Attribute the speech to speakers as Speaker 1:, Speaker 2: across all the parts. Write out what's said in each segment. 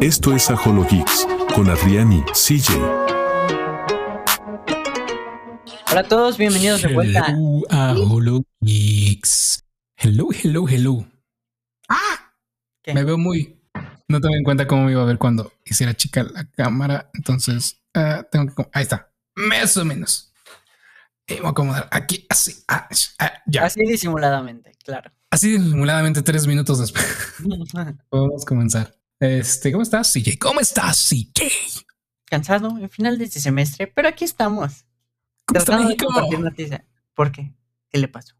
Speaker 1: Esto es Ajolo Geeks con Adriani CJ.
Speaker 2: Hola a todos, bienvenidos de vuelta.
Speaker 3: Hello, Ajolo Geeks. Hello, hello, hello.
Speaker 2: ¡Ah! ¿Qué?
Speaker 3: Me veo muy. No tomé en cuenta cómo me iba a ver cuando hiciera chica la cámara. Entonces, ah, tengo que. Ahí está. Más o menos. Eh, voy a acomodar aquí, así. ah, ah, ya.
Speaker 2: Así disimuladamente, claro.
Speaker 3: Así simuladamente tres minutos después. Podemos comenzar. Este, ¿cómo estás, CJ? ¿Cómo estás, CJ?
Speaker 2: Cansado, en final de este semestre, pero aquí estamos.
Speaker 3: ¿Cómo está
Speaker 2: Tratando de
Speaker 3: México?
Speaker 2: compartir noticias. ¿Por qué? ¿Qué le pasó?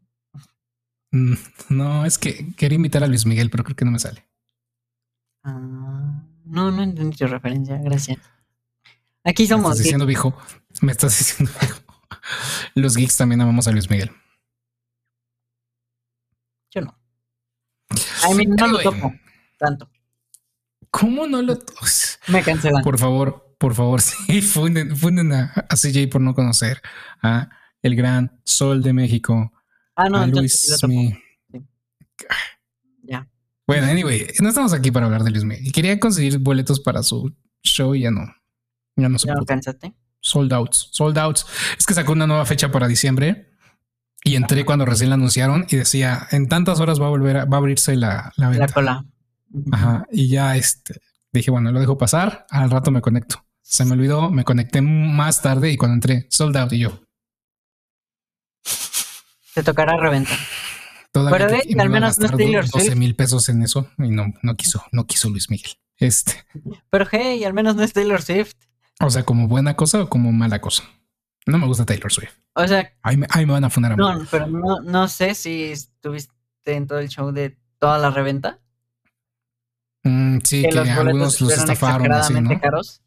Speaker 3: Mm, No, es que quería invitar a Luis Miguel, pero creo que no me sale.
Speaker 2: Ah, no, no entendí tu referencia, gracias. Aquí
Speaker 3: me
Speaker 2: somos.
Speaker 3: estás diciendo viejo. Me estás diciendo viejo. Los geeks también amamos a Luis Miguel.
Speaker 2: Yo no. A mí no lo
Speaker 3: Anyway,
Speaker 2: toco tanto.
Speaker 3: ¿Cómo no lo.?
Speaker 2: Me cancelan.
Speaker 3: Por favor, por favor, sí, funden, funden a, a CJ por no conocer a el gran sol de México,
Speaker 2: Ah, no,
Speaker 3: a
Speaker 2: entonces
Speaker 3: Luis
Speaker 2: sí lo toco.
Speaker 3: Mi-
Speaker 2: Ya.
Speaker 3: Bueno, anyway, no estamos aquí para hablar de Luis Miguel. Quería conseguir boletos para su show y ya no. Ya no se
Speaker 2: ¿Ya lo
Speaker 3: pudo.
Speaker 2: cansaste?
Speaker 3: Sold outs, sold outs. Es que sacó una nueva fecha para diciembre y entré cuando recién la anunciaron y decía, en tantas horas va a volver, a, va a abrirse la,
Speaker 2: La
Speaker 3: la venta.
Speaker 2: cola.
Speaker 3: Ajá, y ya este, dije, bueno, lo dejo pasar, al rato me conecto. Se me olvidó, me conecté más tarde y cuando entré, sold out y yo.
Speaker 2: Te tocará reventar.
Speaker 3: Todavía
Speaker 2: Pero,
Speaker 3: que-
Speaker 2: eh,
Speaker 3: y me
Speaker 2: al
Speaker 3: iba a
Speaker 2: menos no es
Speaker 3: gastar
Speaker 2: Taylor
Speaker 3: 12
Speaker 2: Swift.
Speaker 3: mil pesos en eso y no, no quiso, no quiso Luis Miguel. Este,
Speaker 2: Pero hey, al menos no es Taylor Swift.
Speaker 3: o sea, como buena cosa o como mala cosa. No me gusta Taylor Swift.
Speaker 2: O sea,
Speaker 3: Ahí me, ahí me van a funar a mí.
Speaker 2: No, no, pero no, no sé si estuviste en todo el show de toda la reventa.
Speaker 3: Mm, sí, que, algunos los
Speaker 2: estuvieron
Speaker 3: estafaron. así,
Speaker 2: exageradamente
Speaker 3: ¿no?
Speaker 2: caros.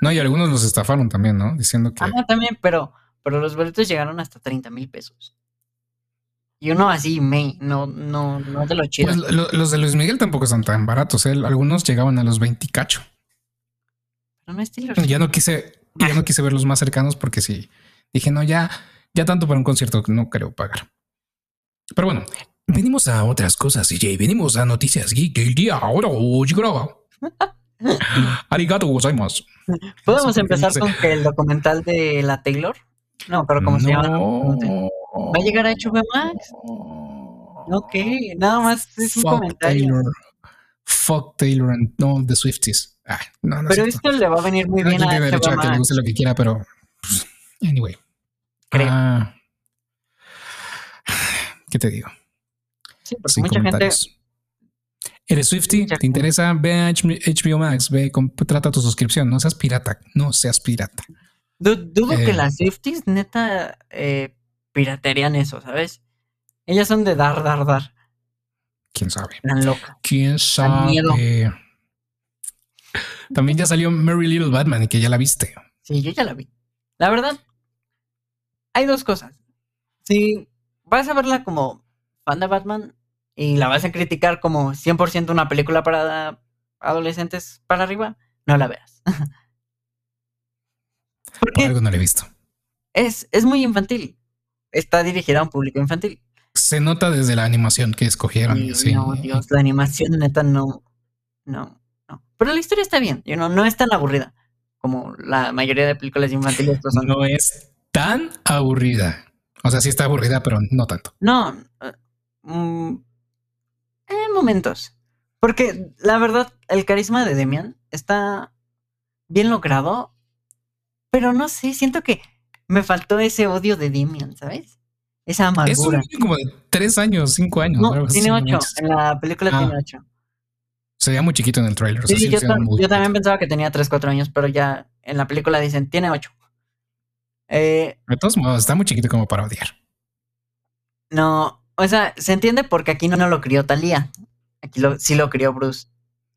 Speaker 3: No, y algunos los estafaron también, ¿no? Diciendo que.
Speaker 2: Ah, también, pero, pero los boletos llegaron hasta 30 mil pesos. Y uno así, me, no, no, no de lo chido.
Speaker 3: Pues lo- los de Luis Miguel tampoco son tan baratos. ¿eh? Algunos llegaban a los 20 y cacho.
Speaker 2: pero no es Taylor
Speaker 3: Ya
Speaker 2: Swift.
Speaker 3: no quise, ya no quise ver los más cercanos porque sí. Dije, no, ya, ya tanto para un concierto no creo pagar. Pero bueno, venimos a otras cosas, CJ. Venimos a noticias geek del día. Ahora, oye, graba. Arigato gozaimasu.
Speaker 2: Podemos
Speaker 3: sé por qué
Speaker 2: empezar
Speaker 3: no
Speaker 2: con que el documental de la Taylor. No, pero como se llama. no sé. ¿Va a llegar a HBO Max? Ok, nada más es un
Speaker 3: Fuck
Speaker 2: comentario.
Speaker 3: Taylor. Fuck Taylor and all the Swifties. Ah, no, no es
Speaker 2: Pero
Speaker 3: cierto.
Speaker 2: esto le va a venir muy
Speaker 3: Cada
Speaker 2: bien
Speaker 3: quien
Speaker 2: a
Speaker 3: tiene derecho
Speaker 2: HBO
Speaker 3: a que le
Speaker 2: Max.
Speaker 3: guste lo que quiera, pero pues, anyway.
Speaker 2: Creo.
Speaker 3: Ah. ¿Qué te digo?
Speaker 2: Sí, porque
Speaker 3: Sin
Speaker 2: mucha gente
Speaker 3: comentarios. ¿Eres Swifty?
Speaker 2: Mucha
Speaker 3: ¿Te interesa? Ve a HBO Max, ve, comp- trata tu suscripción. No seas pirata, no seas pirata.
Speaker 2: Du- dudo
Speaker 3: Eh.
Speaker 2: que las Swifties neta eh, piraterían eso, ¿sabes? Ellas son de dar, dar, dar.
Speaker 3: ¿Quién sabe?
Speaker 2: Tan loca.
Speaker 3: ¿Quién
Speaker 2: miedo.
Speaker 3: sabe? También ya salió Mary Little Batman, que ya la viste.
Speaker 2: Sí, yo ya la vi. La verdad, hay dos cosas. Si vas a verla como fan de Batman y la vas a criticar como 100% una película para adolescentes para arriba, no la veas.
Speaker 3: Por
Speaker 2: Porque
Speaker 3: algo no la he visto.
Speaker 2: es, es muy infantil. Está dirigida a un público infantil.
Speaker 3: Se nota desde la animación que escogieron.
Speaker 2: Y
Speaker 3: sí.
Speaker 2: No, Dios, la animación neta no. No, no. Pero la historia está bien, you know, no es tan aburrida como la mayoría de películas infantiles lo son.
Speaker 3: no es tan aburrida. O sea, sí está aburrida, pero no tanto.
Speaker 2: No. eh, mm, eh, momentos. Porque la verdad, el carisma de Demian está bien logrado, pero no sé, siento que me faltó ese odio de Demian, ¿sabes? Esa
Speaker 3: Es un
Speaker 2: amargura.
Speaker 3: niño como de tres años, cinco años.
Speaker 2: No,
Speaker 3: algo así,
Speaker 2: tiene
Speaker 3: no
Speaker 2: ocho.
Speaker 3: manches.
Speaker 2: En la película
Speaker 3: Ah,
Speaker 2: tiene ocho.
Speaker 3: Se veía muy chiquito en el trailer. o sea,
Speaker 2: Sí,
Speaker 3: sí
Speaker 2: yo,
Speaker 3: se veía
Speaker 2: tam-
Speaker 3: muy
Speaker 2: yo también
Speaker 3: chiquito.
Speaker 2: pensaba que tenía 3, 4 años, pero ya en la película dicen, tiene Eh, 8.
Speaker 3: De todos modos, está muy chiquito como para odiar.
Speaker 2: no, o sea, se entiende porque aquí no, no lo crió Talía. Aquí lo, sí lo crió Bruce.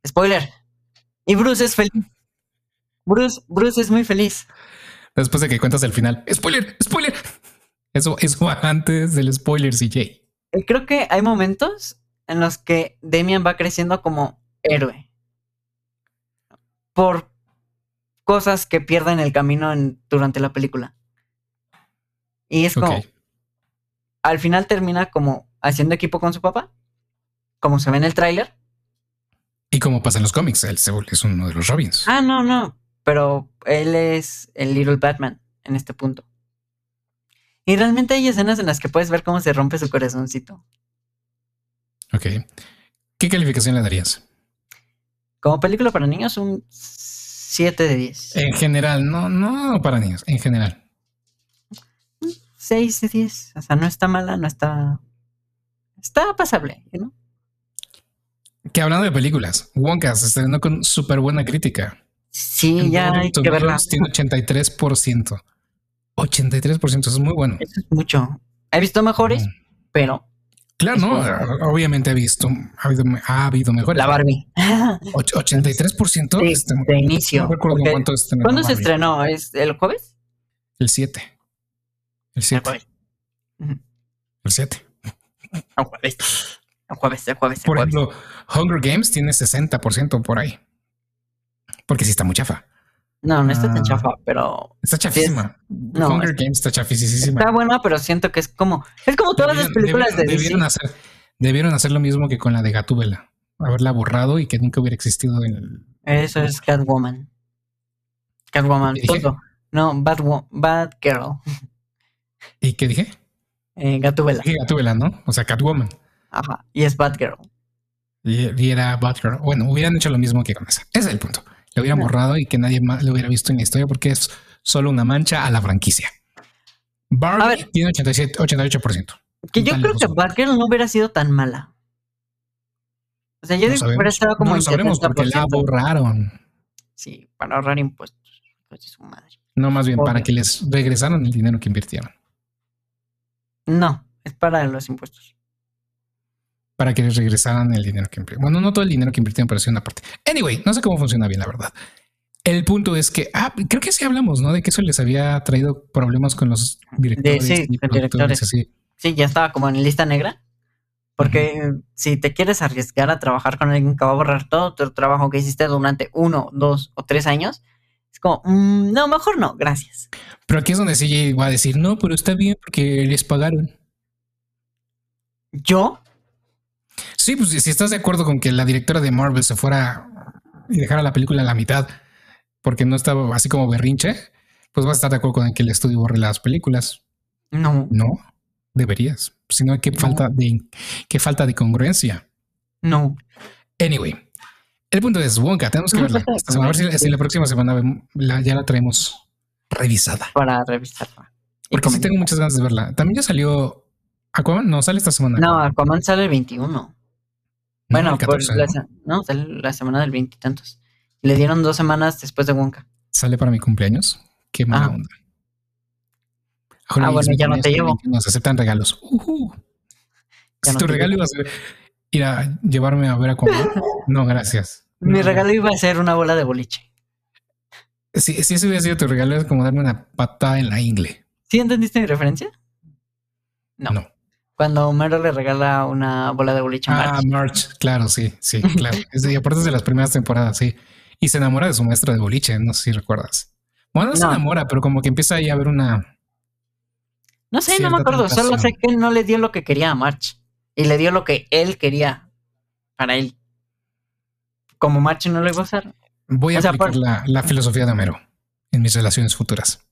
Speaker 2: Spoiler. Y Bruce es feliz. Bruce, Bruce es muy feliz.
Speaker 3: Después de que cuentas el final. ¡Spoiler! ¡Spoiler! Eso, eso va antes del spoiler, CJ.
Speaker 2: Eh, Creo que hay momentos en los que Demian va creciendo como héroe. Por cosas que pierden el camino en- durante la película. Y es
Speaker 3: Ok.
Speaker 2: como, al final termina como haciendo equipo con su papá, como se ve en el tráiler,
Speaker 3: Y como pasa en los cómics, él se vuelve- es uno de los Robins.
Speaker 2: Ah, no, no. Pero él es el Little Batman en este punto. Y realmente hay escenas en las que puedes ver cómo se rompe su corazoncito.
Speaker 3: Ok. ¿Qué calificación le darías?
Speaker 2: Como película para niños, un 7 de 10.
Speaker 3: En general, no, no para niños, en general.
Speaker 2: 6 de 10. O sea, no está mala, no está. Está pasable, ¿no?
Speaker 3: Que hablando de películas, Wonka se estrenó con súper buena crítica.
Speaker 2: Sí,
Speaker 3: En
Speaker 2: ya hay
Speaker 3: Rotten
Speaker 2: que verla.
Speaker 3: Tomatoes tiene 83%. 83%, eso es muy bueno. Mm.
Speaker 2: Eso es mucho. He visto mejores, pero
Speaker 3: Claro, no, Ah, obviamente ha visto, ha habido, ha habido mejores.
Speaker 2: la Barbie.
Speaker 3: Och- 83%
Speaker 2: Sí,
Speaker 3: este,
Speaker 2: de inicio.
Speaker 3: No recuerdo
Speaker 2: porque-
Speaker 3: cuánto estrenó
Speaker 2: ¿Cuándo se
Speaker 3: Barbie.
Speaker 2: estrenó? ¿Es el jueves?
Speaker 3: El 7. El 7. El 7.
Speaker 2: El jueves. El jueves, el jueves, el
Speaker 3: Por
Speaker 2: jueves.
Speaker 3: ejemplo, Hunger Games tiene 60% por ahí. Porque sí está muy chafa.
Speaker 2: No, no está tan
Speaker 3: Ah.
Speaker 2: chafa, pero
Speaker 3: Está chafísima.
Speaker 2: no,
Speaker 3: Hunger
Speaker 2: es-
Speaker 3: Games está chafísima.
Speaker 2: está buena, pero siento que es como es como todas las películas de DC.
Speaker 3: debieron hacer, debieron hacer lo mismo que con la de Gatúbela. Haberla borrado y que nunca hubiera existido el.
Speaker 2: Eso es Catwoman. Catwoman,
Speaker 3: ¿Qué dije?
Speaker 2: punto. No, Bad, Wo- Bad Girl.
Speaker 3: ¿Y qué dije?
Speaker 2: Eh, Gatúbela.
Speaker 3: Dije Gatúbela, ¿no? O sea, Catwoman.
Speaker 2: Ajá. Y es Bad Girl.
Speaker 3: Y, y era Batgirl. Bueno, hubieran hecho lo mismo que con esa. Ese es el punto. Lo hubieran
Speaker 2: Claro.
Speaker 3: borrado y que nadie más lo hubiera visto en la historia porque es solo una mancha a la franquicia.
Speaker 2: A
Speaker 3: Barbie
Speaker 2: ver.
Speaker 3: tiene 87, 88%.
Speaker 2: Que yo
Speaker 3: Dale,
Speaker 2: creo que
Speaker 3: José.
Speaker 2: Bad Girl no hubiera sido tan mala. O sea, yo
Speaker 3: No
Speaker 2: digo que
Speaker 3: sabemos.
Speaker 2: hubiera estado Ah, como
Speaker 3: no
Speaker 2: en
Speaker 3: lo sabremos porque la
Speaker 2: 70%.
Speaker 3: borraron.
Speaker 2: Sí, para ahorrar impuestos. Hijos de su madre.
Speaker 3: No, más bien para
Speaker 2: Obvio.
Speaker 3: que les regresaran el dinero que invirtieron.
Speaker 2: No, es para los impuestos.
Speaker 3: Para que les regresaran el dinero que invirtieron. Bueno, no todo el dinero que invirtieron, pero sí una parte. Anyway, no sé cómo funciona bien, la verdad. El punto es que, ah, creo que sí hablamos, ¿no? De que eso les había traído problemas con los directores
Speaker 2: sí,
Speaker 3: y
Speaker 2: con
Speaker 3: productores,
Speaker 2: directores.
Speaker 3: así.
Speaker 2: Sí, ya estaba como en lista negra. Porque eh, si te quieres arriesgar a trabajar con alguien que va a borrar todo tu trabajo que hiciste durante uno, dos o tres años, es como, "Mm, no, mejor no, gracias.
Speaker 3: Pero aquí es donde CJ va a decir, no, pero está bien porque les pagaron.
Speaker 2: Yo,
Speaker 3: Sí, pues si estás de acuerdo con que la directora de Marvel se fuera y dejara la película a la mitad porque no estaba así como berrinche, pues vas a estar de acuerdo con que el estudio borre las películas.
Speaker 2: no,
Speaker 3: No, deberías. Si no, qué
Speaker 2: No.
Speaker 3: falta de qué falta de congruencia.
Speaker 2: no.
Speaker 3: Anyway, el punto es Wonka, tenemos que
Speaker 2: No,
Speaker 3: verla.
Speaker 2: falta de
Speaker 3: esta semana. a ver si,
Speaker 2: congruencia.
Speaker 3: si la próxima semana vem- la- ya la traemos revisada.
Speaker 2: Para revisarla. Y
Speaker 3: Porque sí
Speaker 2: comentar.
Speaker 3: tengo muchas ganas de verla. También ya salió Aquaman, no sale esta semana.
Speaker 2: No, Aquaman sale el 21.
Speaker 3: No,
Speaker 2: Bueno,
Speaker 3: el
Speaker 2: por
Speaker 3: 14,
Speaker 2: la,
Speaker 3: ¿no?
Speaker 2: se- no, sale la semana del veintitantos. Le dieron dos semanas después de Wonka.
Speaker 3: sale para mi cumpleaños. Qué mala
Speaker 2: Ah.
Speaker 3: onda.
Speaker 2: Ah, bueno, ya no te llevo.
Speaker 3: Nos aceptan regalos. Ujú.
Speaker 2: Ya
Speaker 3: si
Speaker 2: no
Speaker 3: tu
Speaker 2: te
Speaker 3: regalo iba a ser ir a llevarme a ver a comer, no, gracias.
Speaker 2: Mi
Speaker 3: No.
Speaker 2: regalo iba a ser una bola de boliche.
Speaker 3: Si, si ese hubiera sido tu regalo, es como darme una patada en la ingle.
Speaker 2: ¿Sí entendiste mi referencia? No.
Speaker 3: No.
Speaker 2: Cuando Homero le regala una bola de boliche a
Speaker 3: Ah,
Speaker 2: Marge.
Speaker 3: March, claro, sí, sí, claro. Es de- y aparte es de las primeras temporadas, sí. Y se enamora de su maestra de boliche, no sé si recuerdas. Bueno, no, se
Speaker 2: No.
Speaker 3: enamora, pero como que empieza ahí a ver una.
Speaker 2: No sé, no
Speaker 3: cierta
Speaker 2: me acuerdo. Solo sé
Speaker 3: tentación.
Speaker 2: que no le dio lo que quería a March. Y le dio lo que él quería para él. Como March no lo iba a usar.
Speaker 3: Voy a
Speaker 2: O sea,
Speaker 3: aplicar
Speaker 2: por-
Speaker 3: la, la filosofía de Homero en mis relaciones futuras.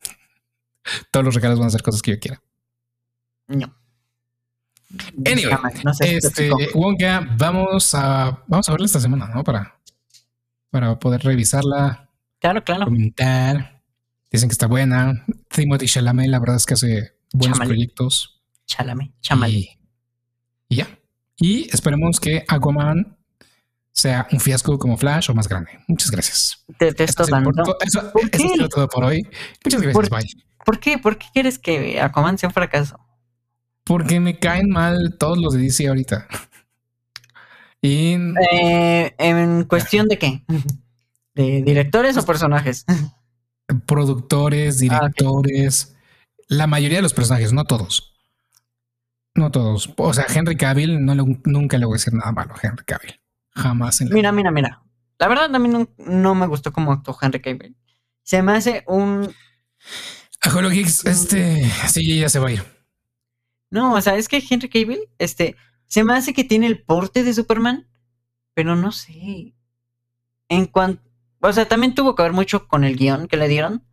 Speaker 3: Todos los regalos van a ser cosas que yo quiera.
Speaker 2: No.
Speaker 3: Anyway,
Speaker 2: Jamás, no sé,
Speaker 3: Este,
Speaker 2: tóxico.
Speaker 3: Wonka, vamos a, vamos a verla esta semana, ¿no? Para, para poder revisarla,
Speaker 2: Claro, claro.
Speaker 3: um, comentar. Dicen que está buena. Timothy Chalamet, la verdad es que hace buenos
Speaker 2: Chalamet.
Speaker 3: proyectos.
Speaker 2: Chálame, chámale.
Speaker 3: Y, y ya. Y esperemos que Aquaman sea un fiasco como Flash o más grande. Muchas gracias.
Speaker 2: Te detesto
Speaker 3: Eso, ha sido por
Speaker 2: tanto.
Speaker 3: to- eso-
Speaker 2: ¿Por
Speaker 3: eso ha
Speaker 2: qué?
Speaker 3: sido todo por hoy. Muchas gracias,
Speaker 2: ¿Por-
Speaker 3: bye.
Speaker 2: ¿Por qué? ¿Por qué quieres que Aquaman sea un fracaso?
Speaker 3: Porque me caen mal todos los de DC ahorita. Y
Speaker 2: Eh, ¿En cuestión de qué? ¿De directores o personajes? Ah,
Speaker 3: productores,
Speaker 2: ok.
Speaker 3: directores, la mayoría de los personajes, no todos. No todos. O sea, Henry Cavill, no le- nunca le voy a decir nada malo a Henry Cavill. Jamás en la
Speaker 2: Mira, mira, mira. La verdad, a mí no, no me gustó cómo actuó Henry Cavill. Se me hace un.
Speaker 3: A Hollow Hicks, este, sí, ya se va a ir.
Speaker 2: No, o sea, es que Henry Cavill, este, se me hace que tiene el porte de Superman, pero no sé. en cuanto... O sea, también tuvo que ver mucho con el guión que le dieron.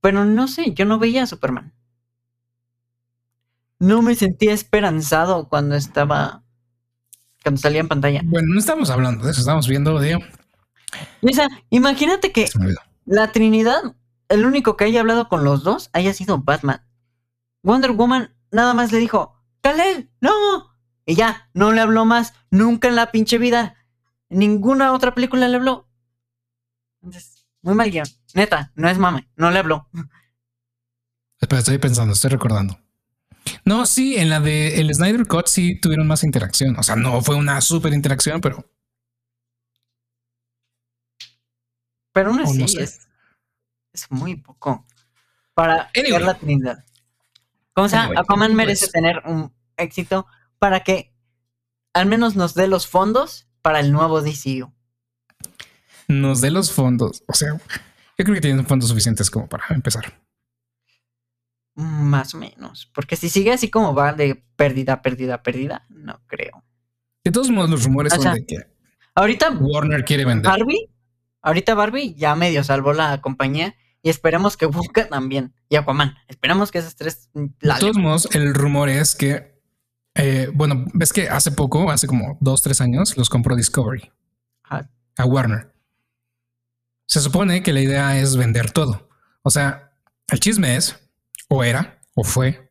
Speaker 2: Pero no sé, yo no veía a Superman. No me sentía esperanzado cuando estaba... Cuando salía en pantalla.
Speaker 3: Bueno, no estamos hablando de eso, estamos viendo de...
Speaker 2: O sea, imagínate que
Speaker 3: Se me olvidó.
Speaker 2: la Trinidad, el único que haya hablado con los dos, haya sido Batman. Wonder Woman nada más le dijo, Kalel, no. Y ya, no le habló más, nunca en la pinche vida. Ninguna otra película le habló. Entonces, muy mal guión. Neta, no es mame, no le habló.
Speaker 3: Espera, estoy pensando, estoy recordando. No, sí, en la de el Snyder Cut sí tuvieron más interacción. O sea, no fue una súper interacción, pero
Speaker 2: Pero aún
Speaker 3: O
Speaker 2: así
Speaker 3: no sé.
Speaker 2: es, es muy poco para
Speaker 3: Anyway.
Speaker 2: ver la Trinidad. Como sea,
Speaker 3: Anyway,
Speaker 2: Aquaman merece
Speaker 3: pues.
Speaker 2: tener un éxito para que al menos nos dé los fondos para el nuevo DCU.
Speaker 3: nos dé los fondos. O sea, yo creo que tienen fondos suficientes como para empezar.
Speaker 2: Más o menos. Porque si sigue así como va de pérdida, pérdida, pérdida, no creo.
Speaker 3: De todos modos, los rumores
Speaker 2: O
Speaker 3: son
Speaker 2: sea-
Speaker 3: de que
Speaker 2: Ahorita
Speaker 3: Warner quiere vender.
Speaker 2: Barbie, ahorita Barbie ya medio salvó la compañía y esperemos que Busca también. Y Aquaman, esperemos que esas tres mm, la
Speaker 3: De todos modos, el rumor es que, eh, bueno, ves que hace poco, hace como dos, tres años, los compró Discovery
Speaker 2: Ajá.
Speaker 3: a Warner. Se supone que la idea es vender todo. O sea, el chisme es, o era, o fue,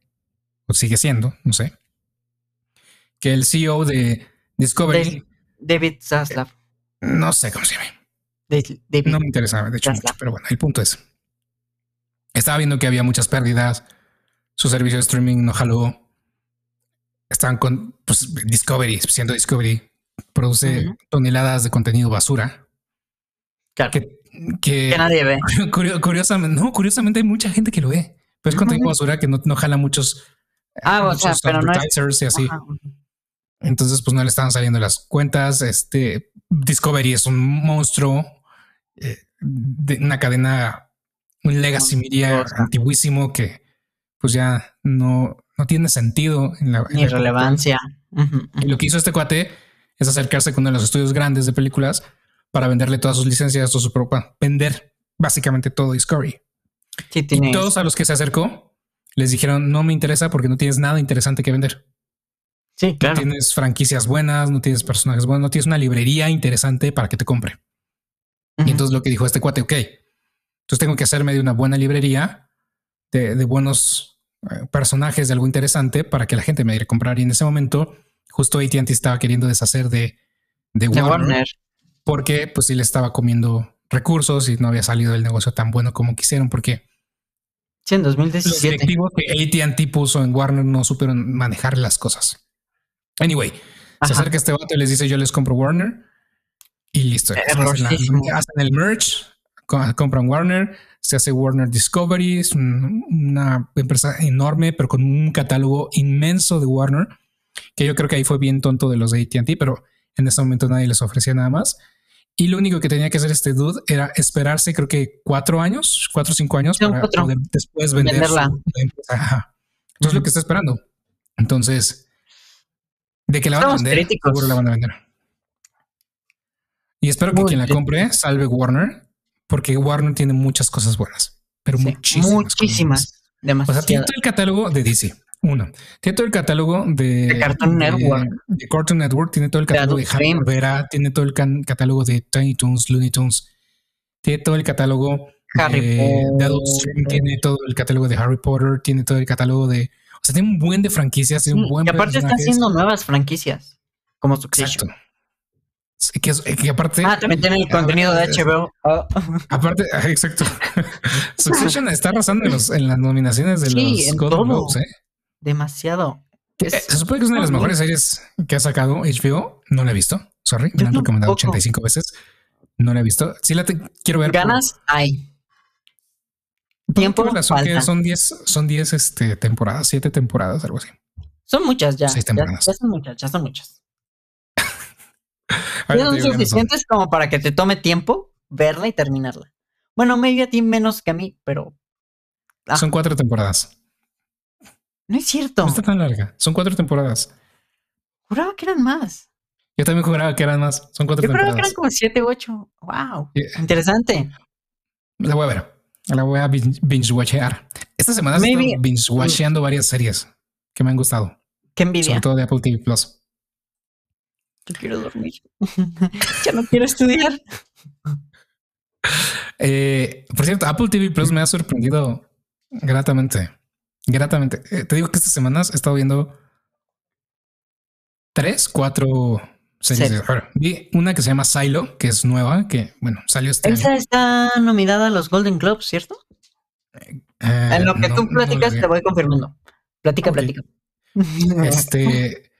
Speaker 3: o sigue siendo, no sé, que el CEO de Discovery,
Speaker 2: de- David Zaslav.
Speaker 3: no sé cómo se llama,
Speaker 2: de- David.
Speaker 3: no me interesaba, de hecho,
Speaker 2: Ya está.
Speaker 3: mucho, pero bueno, el punto es. Estaba viendo que había muchas pérdidas. Su servicio de streaming no jaló. Estaban con pues, Discovery, siendo Discovery, produce
Speaker 2: Ujú.
Speaker 3: toneladas de contenido basura.
Speaker 2: Claro, que,
Speaker 3: Que, que
Speaker 2: nadie ve.
Speaker 3: curio- curiosamente, no, curiosamente hay mucha gente que lo ve. Pero es
Speaker 2: Ujú.
Speaker 3: contenido basura que no, no jala muchos,
Speaker 2: Ah, o sea,
Speaker 3: muchos
Speaker 2: pero no es-
Speaker 3: advertisers y así.
Speaker 2: Ajá.
Speaker 3: Entonces, pues no le estaban saliendo las cuentas. Este Discovery es un monstruo eh, de una cadena, un legacy media
Speaker 2: Monstruosa.
Speaker 3: antiguísimo que pues ya no, no tiene sentido en la, en
Speaker 2: Ni
Speaker 3: la-
Speaker 2: relevancia. Ujú,
Speaker 3: Y lo que hizo este cuate es acercarse con uno de los estudios grandes de películas para venderle todas sus licencias, todo su propia, vender básicamente todo Discovery.
Speaker 2: Sí, tiene-
Speaker 3: Y todos a los que se acercó les dijeron no me interesa porque no tienes nada interesante que vender.
Speaker 2: sí,
Speaker 3: No
Speaker 2: claro.
Speaker 3: tienes franquicias buenas, no tienes personajes buenos, no tienes una librería interesante para que te compre.
Speaker 2: Ujú.
Speaker 3: Y entonces lo que dijo este cuate, ok, entonces tengo que hacerme de una buena librería, de, de buenos eh, personajes, de algo interesante para que la gente me vaya a comprar. Y en ese momento, justo AT&T estaba queriendo deshacer de, de
Speaker 2: de
Speaker 3: Warner,
Speaker 2: Warner.
Speaker 3: porque pues sí le estaba comiendo recursos y no había salido el negocio tan bueno como quisieron, porque
Speaker 2: Sí, en
Speaker 3: los
Speaker 2: 2017.
Speaker 3: directivos que AT&T puso en Warner no supieron manejar las cosas. Anyway, se
Speaker 2: Ajá.
Speaker 3: acerca este vato y les dice: Yo les compro Warner y listo. Hacen, la-
Speaker 2: Errorísimo.
Speaker 3: hacen el merch, co- compran Warner, se hace Warner Discovery, es un- una empresa enorme, pero con un catálogo inmenso de Warner, que yo creo que ahí fue bien tonto de los de ATT, pero en ese momento nadie les ofrecía nada más. Y lo único que tenía que hacer este dude era esperarse, creo que cuatro años, cuatro o cinco años,
Speaker 2: Son
Speaker 3: para
Speaker 2: cuatro.
Speaker 3: poder después vender
Speaker 2: Venderla.
Speaker 3: su- la empresa. Ajá. Eso es lo que está esperando. Entonces, de que la van a
Speaker 2: Estamos
Speaker 3: vender,
Speaker 2: críticos.
Speaker 3: seguro la van a vender. Y espero que
Speaker 2: Muy
Speaker 3: quien la
Speaker 2: críticos.
Speaker 3: compre salve Warner, porque Warner tiene muchas cosas buenas, pero
Speaker 2: Sí,
Speaker 3: muchísimas. cosas buenas.
Speaker 2: Muchísimas.
Speaker 3: O sea, tiene
Speaker 2: Demasiadas.
Speaker 3: todo el catálogo de DC. Uno. Tiene todo el catálogo de,
Speaker 2: De Cartoon Network.
Speaker 3: De Cartoon Network. Tiene todo el catálogo de
Speaker 2: Adult Swim.
Speaker 3: Hanna-Barbera. Tiene todo el can- catálogo de Tiny Toons, Looney Tunes. Tiene todo el catálogo
Speaker 2: Harry
Speaker 3: de, de Adult
Speaker 2: Potter.
Speaker 3: Swim. Tiene todo el catálogo de Harry Potter. Tiene todo el catálogo de. O sea, tiene un buen de franquicias. Tiene un buen
Speaker 2: Mm, y aparte está
Speaker 3: personajes.
Speaker 2: haciendo nuevas franquicias. Como
Speaker 3: Exacto.
Speaker 2: Succession.
Speaker 3: Sí, Que, es- que aparte.
Speaker 2: Ah, también tiene el
Speaker 3: Ahora,
Speaker 2: contenido de
Speaker 3: es-
Speaker 2: HBO. Ah,
Speaker 3: Aparte, ah, exacto. Succession está arrasando en, los- en las nominaciones de
Speaker 2: Sí,
Speaker 3: los
Speaker 2: en
Speaker 3: Golden
Speaker 2: todo.
Speaker 3: Globes, ¿eh?
Speaker 2: demasiado. Es-
Speaker 3: Eh, Se supone que es una de las
Speaker 2: Ah,
Speaker 3: mejores series que ha sacado HBO. No la he visto. Sorry, me
Speaker 2: Yo
Speaker 3: la han recomendado
Speaker 2: tampoco.
Speaker 3: 85 veces. No la he visto. Sí la te- quiero ver. por-
Speaker 2: ganas hay.
Speaker 3: por
Speaker 2: tiempo
Speaker 3: la razón que
Speaker 2: falta.
Speaker 3: son 10 son 10 este, temporadas, 7 temporadas, algo así.
Speaker 2: Son muchas ya.
Speaker 3: Seis
Speaker 2: Ya,
Speaker 3: temporadas.
Speaker 2: ya son muchas, ya son muchas. Ya
Speaker 3: Ahora te
Speaker 2: son
Speaker 3: digo quiénes son.
Speaker 2: suficientes como para que te tome tiempo verla y terminarla. Bueno, medio a ti menos que a mí, pero Ah.
Speaker 3: Son 4 temporadas.
Speaker 2: no es cierto.
Speaker 3: No está tan larga. Son 4 temporadas.
Speaker 2: Juraba que eran más.
Speaker 3: Yo también juraba que eran más. Son cuatro
Speaker 2: Yo creo que
Speaker 3: temporadas.
Speaker 2: eran como siete u ocho. ¡Wow!
Speaker 3: Yeah.
Speaker 2: Interesante.
Speaker 3: La voy a ver. La voy a bin- binge-watchear. Esta semana he
Speaker 2: Maybe-
Speaker 3: estado binge-watcheando varias series que me han gustado.
Speaker 2: Qué envidia.
Speaker 3: Sobre todo de Apple TV Plus.
Speaker 2: Yo quiero dormir. ya no quiero estudiar.
Speaker 3: Eh, por cierto, Apple TV Plus me ha sorprendido gratamente. Gratamente. Eh, te digo que estas semanas he estado viendo tres, cuatro series.
Speaker 2: Series.
Speaker 3: Ahora, vi una que se llama Silo, que es nueva, que bueno, salió este año.
Speaker 2: Esa está nominada a los Golden Globes, ¿cierto?
Speaker 3: Eh,
Speaker 2: en lo que
Speaker 3: no-
Speaker 2: tú
Speaker 3: no la
Speaker 2: platicas
Speaker 3: vi.
Speaker 2: te voy confirmando. Platica,
Speaker 3: Ok.
Speaker 2: platica.
Speaker 3: Este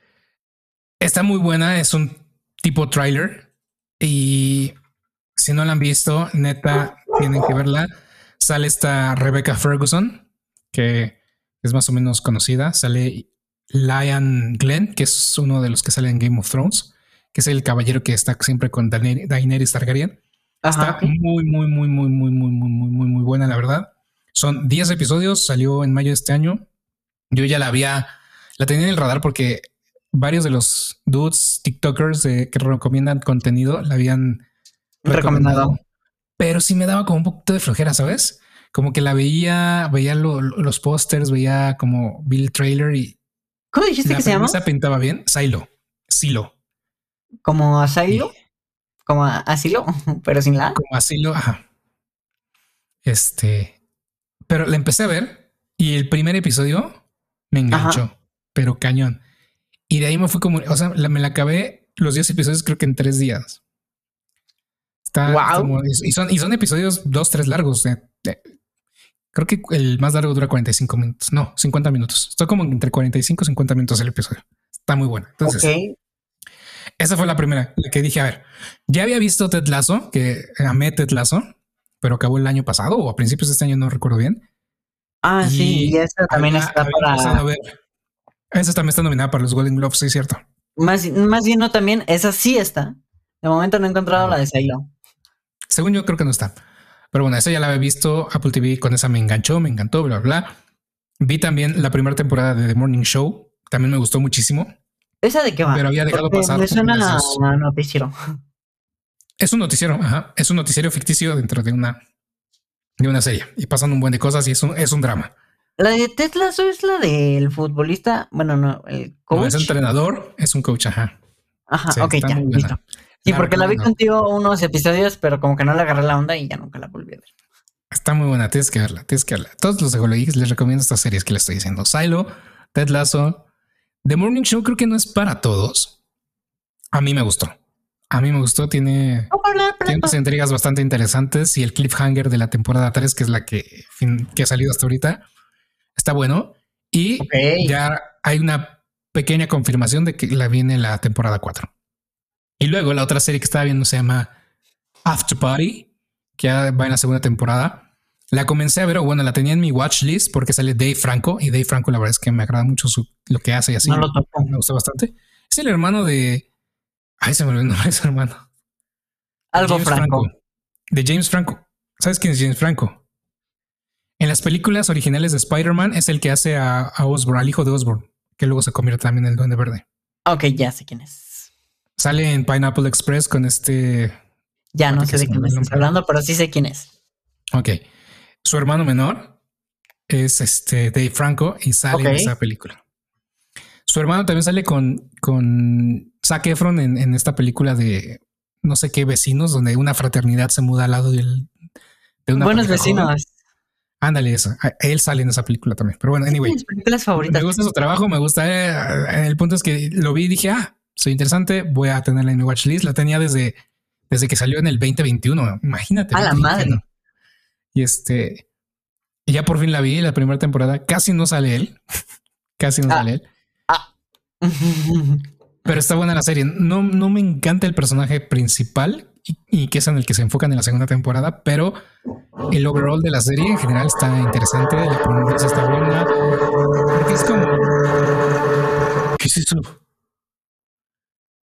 Speaker 3: está muy buena, es un tipo trailer. Y si no la han visto, neta, tienen que verla. Sale esta Rebecca Ferguson, que es más o menos conocida. Sale Lion Glenn, que es uno de los que sale en Game of Thrones, que es el caballero que está siempre con Daener- Daenerys Targaryen.
Speaker 2: Ajá.
Speaker 3: Está muy, muy, muy, muy, muy, muy, muy, muy, muy, muy buena, la verdad. Son 10 episodios, salió en mayo de este año. Yo ya la había, la tenía en el radar porque varios de los dudes, TikTokers de- que recomiendan contenido, la habían
Speaker 2: Recomendado.
Speaker 3: Pero sí me daba como un poquito de flojera, ¿sabes? Como que la veía, veía lo- lo- los pósters, veía como Bill Trailer y
Speaker 2: ¿Cómo dijiste
Speaker 3: la
Speaker 2: ¿Este que se llama?
Speaker 3: premisa pintaba bien. Silo, Silo,
Speaker 2: Como asilo. Como a- asilo, pero sin la. A.
Speaker 3: como asilo, ajá. Este, pero la empecé a ver y el primer episodio me enganchó, pero cañón. Y de ahí me fui como, o sea, la- me la acabé los 10 episodios creo que en tres días. Está
Speaker 2: Guau.
Speaker 3: como- y, son, y son episodios dos, tres largos. de- de- creo que el más largo dura 45 minutos, no, 50 minutos. Está como entre 45 y 50 minutos el episodio. Está muy bueno. Entonces,
Speaker 2: Ok.
Speaker 3: esa fue la primera, la que dije, a ver, ya había visto Ted Lasso, que amé Ted Lasso, pero acabó el año pasado o a principios de este año, no recuerdo bien.
Speaker 2: Ah,
Speaker 3: Y
Speaker 2: sí, y esta también
Speaker 3: Había-
Speaker 2: está
Speaker 3: había empezado a
Speaker 2: para.
Speaker 3: ver. Esa también está nominada para los Golden Globes, sí, cierto.
Speaker 2: Más, más bien no también, esa sí está. De momento no he encontrado
Speaker 3: Ah,
Speaker 2: la de Silo.
Speaker 3: Según yo creo que no está. Pero bueno, esa ya la había visto, Apple TV con esa me enganchó, me encantó, bla, bla. bla. Vi también la primera temporada de The Morning Show, también me gustó muchísimo,
Speaker 2: ¿Esa de qué va?
Speaker 3: pero había dejado
Speaker 2: Ah, Porque
Speaker 3: pasar.
Speaker 2: me suena
Speaker 3: las dos.
Speaker 2: a noticiero.
Speaker 3: Es un noticiero, ajá. Es un noticiero ficticio dentro de una, de una serie. Y pasan un buen de cosas y es un, es un drama.
Speaker 2: La de Tesla es la del futbolista. Bueno, no, el coach.
Speaker 3: No, es entrenador, es un coach, ajá.
Speaker 2: Ajá,
Speaker 3: Sí,
Speaker 2: Ah, ok,
Speaker 3: está
Speaker 2: ya,
Speaker 3: muy buena.
Speaker 2: listo. Sí, porque la vi
Speaker 3: recomiendo.
Speaker 2: contigo unos episodios, pero como que no le agarré la onda y ya nunca la volví a ver.
Speaker 3: Está muy buena, tienes que verla, tienes que verla. Todos los ecologistas les recomiendo estas series que les estoy diciendo. Silo, Ted Lasso. The Morning Show creo que no es para todos. A mí me gustó. A mí me gustó, tiene...
Speaker 2: Ojalá, pero
Speaker 3: Tiene unas entregas bastante interesantes y el cliffhanger de la temporada 3, que es la que, fin- que ha salido hasta ahorita, está bueno. Y
Speaker 2: Ok.
Speaker 3: ya hay una pequeña confirmación de que la viene la temporada 4. Y luego la otra serie que estaba viendo se llama After Party, que ya va en la segunda temporada. La comencé a ver, o bueno, la tenía en mi watch list porque sale Dave Franco. Y Dave Franco, la verdad es que me agrada mucho su- lo que hace y así.
Speaker 2: no lo toco.
Speaker 3: Me gusta bastante. Es el hermano de. Ay, se me olvidó el nombre de su hermano.
Speaker 2: Algo
Speaker 3: James
Speaker 2: franco.
Speaker 3: De James Franco. ¿Sabes quién es James Franco? En las películas originales de Spider-Man es el que hace a, a Osborn, al hijo de Osborn, que luego se convierte también en el Duende Verde.
Speaker 2: Ok, ya sé quién es.
Speaker 3: Sale en Pineapple Express con este.
Speaker 2: Ya no sé
Speaker 3: Aparte que
Speaker 2: de
Speaker 3: se
Speaker 2: quién
Speaker 3: me
Speaker 2: me
Speaker 3: olvidó el
Speaker 2: estás
Speaker 3: nombre.
Speaker 2: hablando, pero sí sé quién es.
Speaker 3: Ok. Su hermano menor es este Dave Franco y sale en
Speaker 2: Ok.
Speaker 3: esa película. Su hermano también sale con, con Zac Efron en, en esta película de no sé qué vecinos, donde una fraternidad se muda al lado del- de una
Speaker 2: Buenos
Speaker 3: pareja joven.
Speaker 2: vecinos.
Speaker 3: Ándale, eso. A- Él sale en esa película también. Pero bueno, anyway.
Speaker 2: Mis películas favoritas.
Speaker 3: Me gusta su trabajo, me gusta. eh, el punto es que lo vi y dije, ah, soy interesante, voy a tenerla en mi watch list. La tenía desde, desde que salió en el 2021. Imagínate.
Speaker 2: A la
Speaker 3: 2021.
Speaker 2: madre.
Speaker 3: Y este. Y ya por fin la vi, la primera temporada. Casi no sale él. Casi no
Speaker 2: Ah.
Speaker 3: sale él. Pero está buena la serie. No, no me encanta el personaje principal y, y que es en el que se enfocan en la segunda temporada, pero el overall de la serie en general está interesante. La pronuncia está buena. Porque es como. ¿Qué es eso?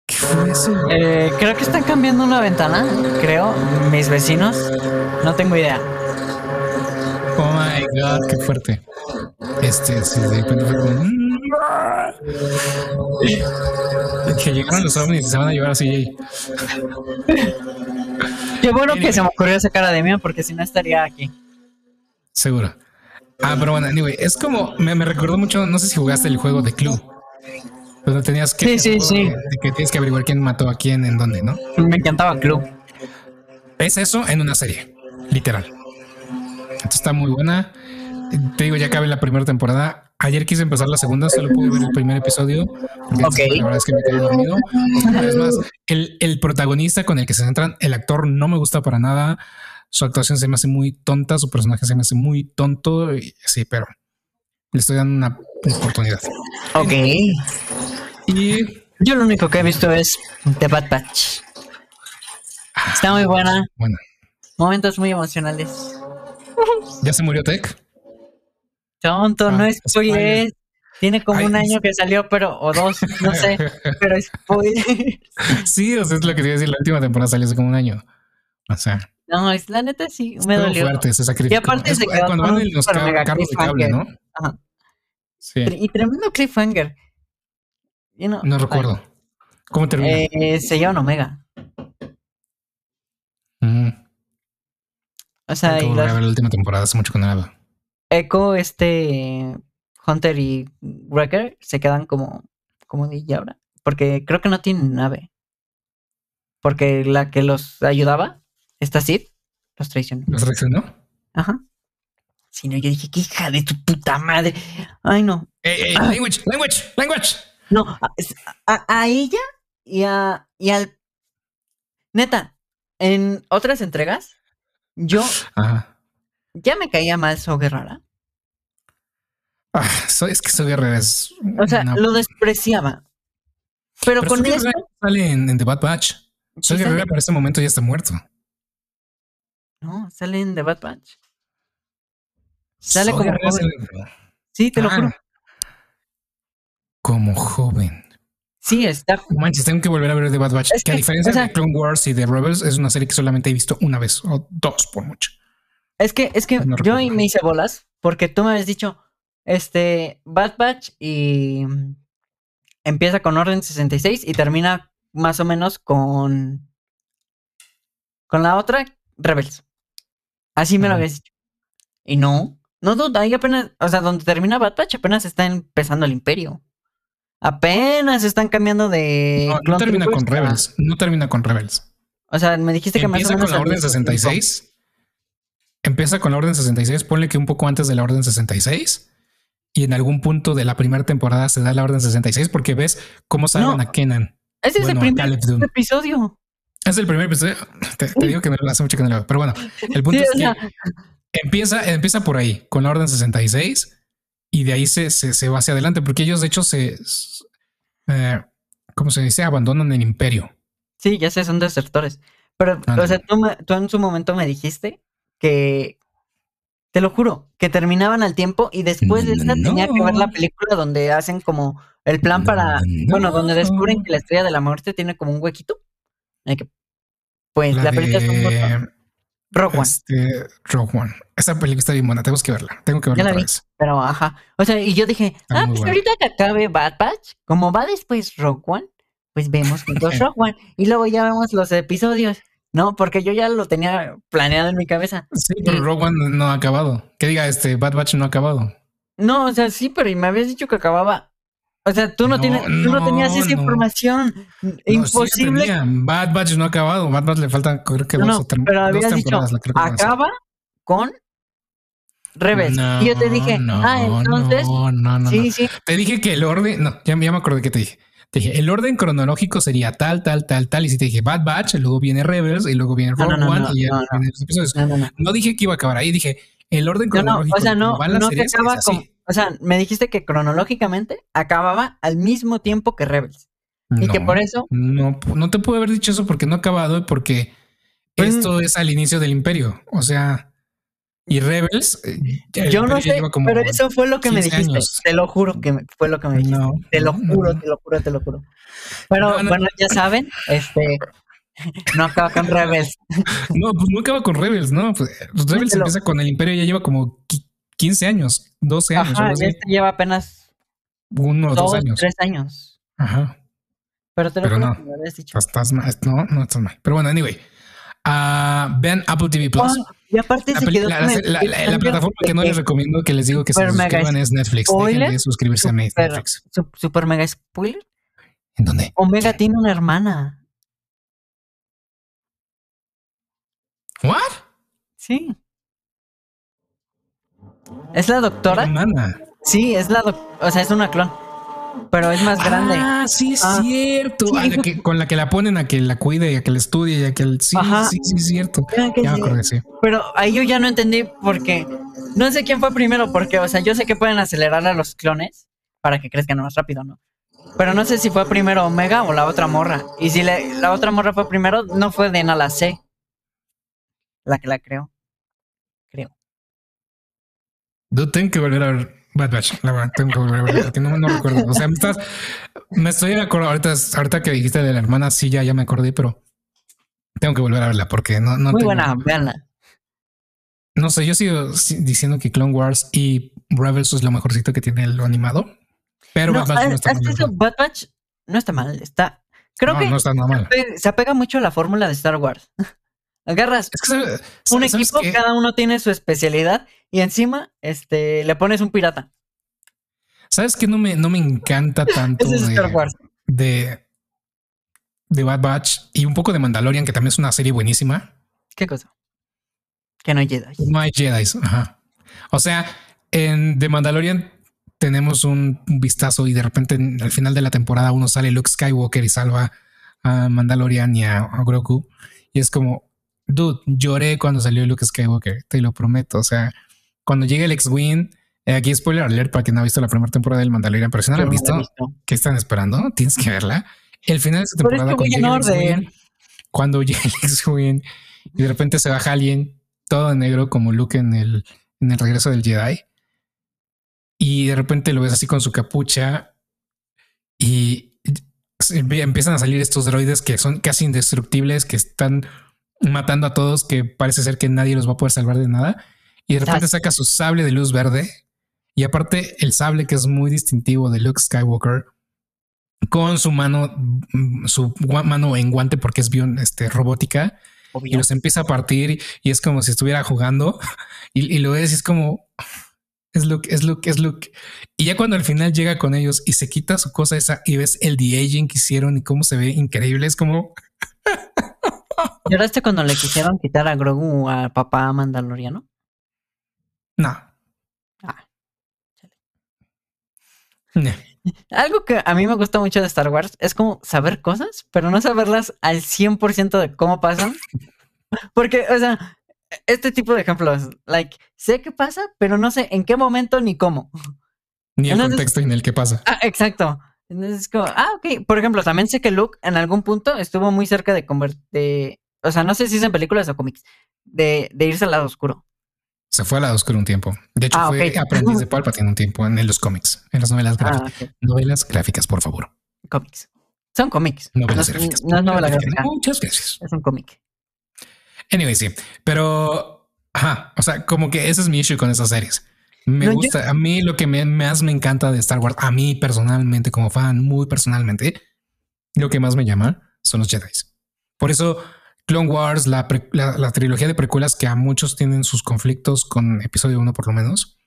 Speaker 3: ¿Qué fue eso?
Speaker 2: Eh, creo que están cambiando una ventana, creo. Mis vecinos. No tengo idea.
Speaker 3: Oh my god, qué fuerte. Este, sí, de repente fue como, "Mm". Que llegaron los ovnis y se van a llevar a CJ.
Speaker 2: Qué bueno
Speaker 3: Anyway.
Speaker 2: que se me ocurrió sacar a Demian porque si no estaría aquí.
Speaker 3: Seguro. Ah, pero bueno, anyway, es como, me, me recordó mucho, no sé si jugaste el juego de Clue, donde tenías que,
Speaker 2: Sí, sí, sí.
Speaker 3: de que tienes que averiguar quién mató a quién, en dónde, ¿no?
Speaker 2: Me encantaba Club.
Speaker 3: Es eso en una serie, literal. Entonces, está muy buena. Te digo, ya acabé la primera temporada. Ayer quise empezar la segunda, solo pude ver el primer episodio. porque
Speaker 2: Ok.
Speaker 3: La verdad es que me quedé dormido. Es más, el, el protagonista con el que se centran, el actor no me gusta para nada. Su actuación se me hace muy tonta, su personaje se me hace muy tonto y así, pero le estoy dando una oportunidad.
Speaker 2: Ok.
Speaker 3: Y
Speaker 2: Yo lo único que he visto es The Bad Batch. Está muy buena.
Speaker 3: bueno,
Speaker 2: Momentos muy emocionales.
Speaker 3: ya se murió Tech.
Speaker 2: Tonto,
Speaker 3: Ah,
Speaker 2: no
Speaker 3: spoiler.
Speaker 2: spoilers. Tiene como
Speaker 3: Ay,
Speaker 2: un
Speaker 3: es-
Speaker 2: año que salió, pero, o dos, no sé, pero spoiler.
Speaker 3: Sí, o sea, es lo que quería decir. La última temporada salió hace como un año. O sea,
Speaker 2: No, es la neta sí, me
Speaker 3: Estuvo
Speaker 2: dolió.
Speaker 3: fuerte, se sacrificó.
Speaker 2: Y aparte
Speaker 3: Es
Speaker 2: se quedó
Speaker 3: cuando
Speaker 2: con
Speaker 3: van
Speaker 2: un
Speaker 3: en los
Speaker 2: super
Speaker 3: ca-
Speaker 2: mega
Speaker 3: carros de cable, ¿no?
Speaker 2: Ajá.
Speaker 3: Sí,
Speaker 2: Y tremendo cliffhanger. You know,
Speaker 3: no
Speaker 2: ay,
Speaker 3: recuerdo. ¿Cómo terminó?
Speaker 2: eh, se llama Omega. O
Speaker 3: Mm, tengo
Speaker 2: sea,
Speaker 3: que
Speaker 2: y
Speaker 3: volver a
Speaker 2: los-
Speaker 3: ver la última temporada, hace mucho que no la veo.
Speaker 2: Echo, este Hunter y Wrecker se quedan como, como de y ahora. Porque creo que no tienen nave. Porque la que los ayudaba, esta Sid, los traicionó.
Speaker 3: ¿Los reaccionó?
Speaker 2: Ajá. Si no, yo dije, qué hija de tu puta madre. Ay, no.
Speaker 3: ¡Ey, ey! ¡Language! ¡Language! ¡Language!
Speaker 2: No, a, es- a- a ella y a y al neta, en otras entregas, yo
Speaker 3: Ajá.
Speaker 2: ya me caía mal So Guerrara.
Speaker 3: Ah, soy- es que soy guerrera. Es
Speaker 2: O sea,
Speaker 3: una-
Speaker 2: lo despreciaba. Pero,
Speaker 3: Pero
Speaker 2: con
Speaker 3: Saw
Speaker 2: ella
Speaker 3: Guerrera sale en, en The Bad Batch. Soy guerrera para este momento ya está muerto.
Speaker 2: No, sale en The Bad Batch. Sale
Speaker 3: Saw
Speaker 2: como
Speaker 3: Guerrera
Speaker 2: joven.
Speaker 3: sale-
Speaker 2: Sí, te lo
Speaker 3: Ah,
Speaker 2: juro.
Speaker 3: Como joven.
Speaker 2: Sí, está.
Speaker 3: No Manches, tengo que volver a ver The Bad Batch.
Speaker 2: Es
Speaker 3: que a
Speaker 2: que,
Speaker 3: diferencia
Speaker 2: o sea-
Speaker 3: de Clone Wars y de Rebels, es una serie que solamente he visto una vez o dos por mucho.
Speaker 2: Es que, es que
Speaker 3: No
Speaker 2: yo
Speaker 3: recuerdo.
Speaker 2: me hice bolas porque tú me habías dicho, este, Bad Batch y mm, empieza con Orden 66 y termina más o menos con con la otra, Rebels. Así me lo
Speaker 3: Ajá.
Speaker 2: habías dicho. Y no, no duda, ahí apenas, o sea, donde termina Bad Batch apenas está empezando el imperio. Apenas están cambiando de...
Speaker 3: No, no
Speaker 2: Eh, Clone
Speaker 3: termina con
Speaker 2: Troopers a-
Speaker 3: Rebels. No termina con Rebels.
Speaker 2: O sea, me dijiste Este que más o
Speaker 3: Empieza con
Speaker 2: menos
Speaker 3: la
Speaker 2: al
Speaker 3: Orden
Speaker 2: mismo
Speaker 3: 66. Empieza con la Orden 66. Ponle que un poco antes de la Orden 66. Y en algún punto de la primera temporada se da la Orden 66 porque ves cómo salvan
Speaker 2: No.
Speaker 3: a Kenan.
Speaker 2: tiempo. Ese
Speaker 3: Bueno,
Speaker 2: es el primer
Speaker 3: Caleb Doom.
Speaker 2: episodio.
Speaker 3: Es el primer episodio. Te, te digo que no lo hace mucho que no lo veo. Pero bueno, el punto
Speaker 2: Sí,
Speaker 3: es
Speaker 2: o
Speaker 3: que
Speaker 2: sea,
Speaker 3: empieza, empieza por ahí, con la Orden 66. Y de ahí se, se, se va hacia adelante porque ellos, de hecho, se. s- eh, ¿Cómo se dice? Abandonan el imperio.
Speaker 2: Sí, ya sé, son desertores. Pero, o sea,
Speaker 3: Ándale.
Speaker 2: tú, me- tú en su momento me dijiste que, te lo juro, que terminaban al tiempo y después de esa tenía que ver la
Speaker 3: No.
Speaker 2: película donde hacen como el plan
Speaker 3: No,
Speaker 2: para, bueno, donde descubren
Speaker 3: no.
Speaker 2: que la estrella de la muerte tiene como un huequito. Hay que- pues la,
Speaker 3: La
Speaker 2: película es un botón.
Speaker 3: de.
Speaker 2: Rock One,
Speaker 3: Este, Rogue One. Esa película está bien buena. Tenemos que verla. Tengo que
Speaker 2: Ya
Speaker 3: verla
Speaker 2: la
Speaker 3: otra
Speaker 2: vi.
Speaker 3: vez.
Speaker 2: pero ajá. O sea, y yo dije,
Speaker 3: Está
Speaker 2: ah,
Speaker 3: muy
Speaker 2: pues
Speaker 3: buena.
Speaker 2: ahorita que acabe Bad Batch, como va después Rock One, pues vemos juntos Rock One. Y luego ya vemos los episodios, ¿no? Porque yo ya lo tenía planeado en mi cabeza.
Speaker 3: Sí, pero Rogue One no ha acabado. Que diga, este, Bad Batch no ha acabado.
Speaker 2: No, o sea, sí, pero y me habías dicho que acababa. O sea, tú no,
Speaker 3: No,
Speaker 2: tienes, tú no tenías
Speaker 3: no,
Speaker 2: esa
Speaker 3: no.
Speaker 2: información.
Speaker 3: No, sí la
Speaker 2: Imposible.
Speaker 3: tenía. Bad Batch no ha acabado. Bad Batch le faltan, creo que
Speaker 2: No,
Speaker 3: dos
Speaker 2: no,
Speaker 3: o tres.
Speaker 2: pero
Speaker 3: dos
Speaker 2: habías dicho,
Speaker 3: temporadas, la creo que van a hacer.
Speaker 2: acaba con Rebels. y yo te dije,
Speaker 3: No,
Speaker 2: ah, entonces,
Speaker 3: No, no, no,
Speaker 2: sí,
Speaker 3: no.
Speaker 2: sí,
Speaker 3: Te dije que el orden. No, ya, ya me acordé que te dije. Te dije, el orden cronológico sería tal, tal, tal, tal. Y si te dije Bad Batch, y luego viene Rebels, y luego viene
Speaker 2: No,
Speaker 3: Rogue
Speaker 2: no, no,
Speaker 3: One,
Speaker 2: no,
Speaker 3: y ya
Speaker 2: no, no.
Speaker 3: vienen los episodios.
Speaker 2: no, no, no.
Speaker 3: No dije que iba a acabar ahí, dije el orden
Speaker 2: No, no,
Speaker 3: cronológico.
Speaker 2: o sea,
Speaker 3: de cómo
Speaker 2: no,
Speaker 3: van las
Speaker 2: no que
Speaker 3: series es
Speaker 2: acaba
Speaker 3: así.
Speaker 2: con, o sea, me dijiste que cronológicamente acababa al mismo tiempo que Rebels. Y que
Speaker 3: No,
Speaker 2: por eso,
Speaker 3: No, pu- no te pude haber dicho eso porque no ha acabado y porque
Speaker 2: Pues-
Speaker 3: esto es al inicio del imperio. O sea, y Rebels. eh, ya el
Speaker 2: yo no
Speaker 3: imperio ya
Speaker 2: sé,
Speaker 3: lleva como-
Speaker 2: pero eso fue lo que me
Speaker 3: 15
Speaker 2: dijiste.
Speaker 3: años.
Speaker 2: Te lo juro que me- fue lo que me dijiste.
Speaker 3: No,
Speaker 2: Te lo
Speaker 3: no, no,
Speaker 2: juro,
Speaker 3: no.
Speaker 2: te lo juro, te lo juro. Pero
Speaker 3: No, no,
Speaker 2: bueno, ya saben, este no acaba con Rebels.
Speaker 3: No, pues no acaba con Rebels, ¿no? Pues, Rebels
Speaker 2: Mételo.
Speaker 3: empieza con el imperio ya lleva como qui- 15 años, 12 años,
Speaker 2: Ajá,
Speaker 3: algo así,
Speaker 2: este lleva apenas
Speaker 3: uno o dos
Speaker 2: dos,
Speaker 3: años.
Speaker 2: tres años.
Speaker 3: Ajá.
Speaker 2: Pero te lo
Speaker 3: Pero
Speaker 2: juro
Speaker 3: no. Pues,
Speaker 2: que me habías dicho.
Speaker 3: Estás mal. No, no estás mal. Pero bueno, anyway. Ah, vean Apple TV Plus.
Speaker 2: Oh, y aparte
Speaker 3: La,
Speaker 2: se
Speaker 3: peli-
Speaker 2: quedó
Speaker 3: la-
Speaker 2: con
Speaker 3: la-
Speaker 2: el-
Speaker 3: la- la- la plataforma que no les recomiendo que les digo que se
Speaker 2: Super mega
Speaker 3: suscriban es Netflix. Dejen de
Speaker 2: spoiler.
Speaker 3: suscribirse a
Speaker 2: Super-
Speaker 3: Netflix.
Speaker 2: su- super mega spoiler.
Speaker 3: ¿En dónde?
Speaker 2: Omega tiene una hermana.
Speaker 3: ¿What?
Speaker 2: Sí. ¿Es la doctora?
Speaker 3: Hermana.
Speaker 2: Sí, es la doctora. O sea, es una clon. Pero es más grande.
Speaker 3: Ah, sí, es
Speaker 2: Ah.
Speaker 3: cierto.
Speaker 2: Sí.
Speaker 3: A la que- con la que la ponen a que la cuide y a que la estudie y a que el... Sí,
Speaker 2: Ajá.
Speaker 3: sí, sí, es cierto.
Speaker 2: Vean que
Speaker 3: Ya me
Speaker 2: sí.
Speaker 3: acordé, sí.
Speaker 2: Pero ahí yo ya no entendí porque no sé quién fue primero, porque, o sea, yo sé que pueden acelerar a los clones para que crezcan más rápido, ¿no? Pero no sé si fue primero Omega o la otra morra. Y si la, la otra morra fue primero, no fue de a la C. La que la creó.
Speaker 3: Yo tengo que volver a ver Bad Batch, la verdad, tengo que volver a verla porque no, no recuerdo. O sea, me estás, me estoy de acuerdo. Ahorita, ahorita que dijiste de la hermana, sí, ya, ya me acordé, pero tengo que volver a verla porque no, no
Speaker 2: Muy
Speaker 3: tengo-
Speaker 2: buena, véanla.
Speaker 3: No sé, yo sigo si- diciendo que Clone Wars y Rebels es lo mejorcito que tiene el animado, pero
Speaker 2: No,
Speaker 3: Bad Batch no
Speaker 2: ah,
Speaker 3: está
Speaker 2: hasta
Speaker 3: mal.
Speaker 2: eso, Bad Batch no está mal. Está. Creo
Speaker 3: no,
Speaker 2: que
Speaker 3: no está nada mal.
Speaker 2: pe- se apega mucho a la fórmula de Star Wars. Agarras
Speaker 3: Es que sabe-
Speaker 2: un
Speaker 3: ¿sabes
Speaker 2: equipo,
Speaker 3: qué?
Speaker 2: cada uno tiene su especialidad y encima este, le pones un pirata.
Speaker 3: ¿Sabes que no me, no me encanta tanto
Speaker 2: Ese es
Speaker 3: de,
Speaker 2: Star Wars.
Speaker 3: de, de Bad Batch y un poco de Mandalorian, que también es una serie buenísima?
Speaker 2: ¿Qué cosa? Que no hay Jedi.
Speaker 3: No hay Jedi. Ajá. O sea, en The Mandalorian tenemos un un vistazo y de repente en- al final de la temporada uno sale Luke Skywalker y salva a Mandalorian y a, a Grogu. Y es como, dude, lloré cuando salió Luke Skywalker, te lo prometo. O sea, cuando llegue el X-Wing, eh, aquí spoiler alert para quien no ha visto la primera temporada del Mandalorian, pero si no la
Speaker 2: Yo
Speaker 3: han
Speaker 2: no la he
Speaker 3: visto,
Speaker 2: visto.
Speaker 3: ¿qué están esperando? Tienes que verla. El final de esa
Speaker 2: Pero es
Speaker 3: temporada
Speaker 2: que voy en
Speaker 3: cuando llega el
Speaker 2: orden.
Speaker 3: X-Wing, cuando llega el X-Wing y de repente se baja alguien todo de negro como Luke en el, en el regreso del Jedi y de repente lo ves así con su capucha y se ve- empiezan a salir estos droides que son casi indestructibles, que están matando a todos, que parece ser que nadie los va a poder salvar de nada y de repente
Speaker 2: Exacto.
Speaker 3: saca su sable de luz verde y aparte el sable que es muy distintivo de Luke Skywalker con su mano, mm, su gua- mano en guante porque es bien este, robótica y
Speaker 2: Obvio.
Speaker 3: los empieza a partir y es como si estuviera jugando y, y lo es y es como es Luke, es Luke, es Luke. Y ya cuando al final llega con ellos y se quita su cosa esa y ves el de aging que hicieron y cómo se ve increíble, es como
Speaker 2: ¿Lloraste este cuando le quisieron quitar a Grogu al papá mandaloriano?
Speaker 3: no.
Speaker 2: Ah.
Speaker 3: No.
Speaker 2: Algo que a mí me gusta mucho de Star Wars es como saber cosas, pero no saberlas al 100% de cómo pasan. Porque, o sea, este tipo de ejemplos, like, sé qué pasa, pero no sé en qué momento ni cómo.
Speaker 3: Ni el
Speaker 2: Entonces-
Speaker 3: contexto en el que pasa.
Speaker 2: Ah, exacto. Entonces es como, ah, ok. Por ejemplo, también sé que Luke en algún punto estuvo muy cerca de convertir, o sea, no sé si es en películas o cómics, de, de irse al lado oscuro.
Speaker 3: Se fue a la oscura un tiempo. De hecho,
Speaker 2: Ah,
Speaker 3: fue
Speaker 2: ok.
Speaker 3: aprendiz de Palpatine un tiempo en los cómics, en las novelas
Speaker 2: Ah,
Speaker 3: gráficas.
Speaker 2: ok.
Speaker 3: Novelas gráficas, por favor.
Speaker 2: Cómics. Son cómics. No,
Speaker 3: Novelas
Speaker 2: es-
Speaker 3: gráficas.
Speaker 2: no es novela gráfica,
Speaker 3: Muchas gracias.
Speaker 2: es un cómic.
Speaker 3: Anyway, sí, pero ajá, o sea, como que ese es mi issue con esas series. Me
Speaker 2: No, yo-
Speaker 3: gusta, a mí lo que me- más me encanta de Star Wars, a mí personalmente, como fan, muy personalmente, lo que más me llama son los Jedi. Por eso, Clone Wars, la, pre- la- la trilogía de precuelas que a muchos tienen sus conflictos con episodio 1 por lo menos,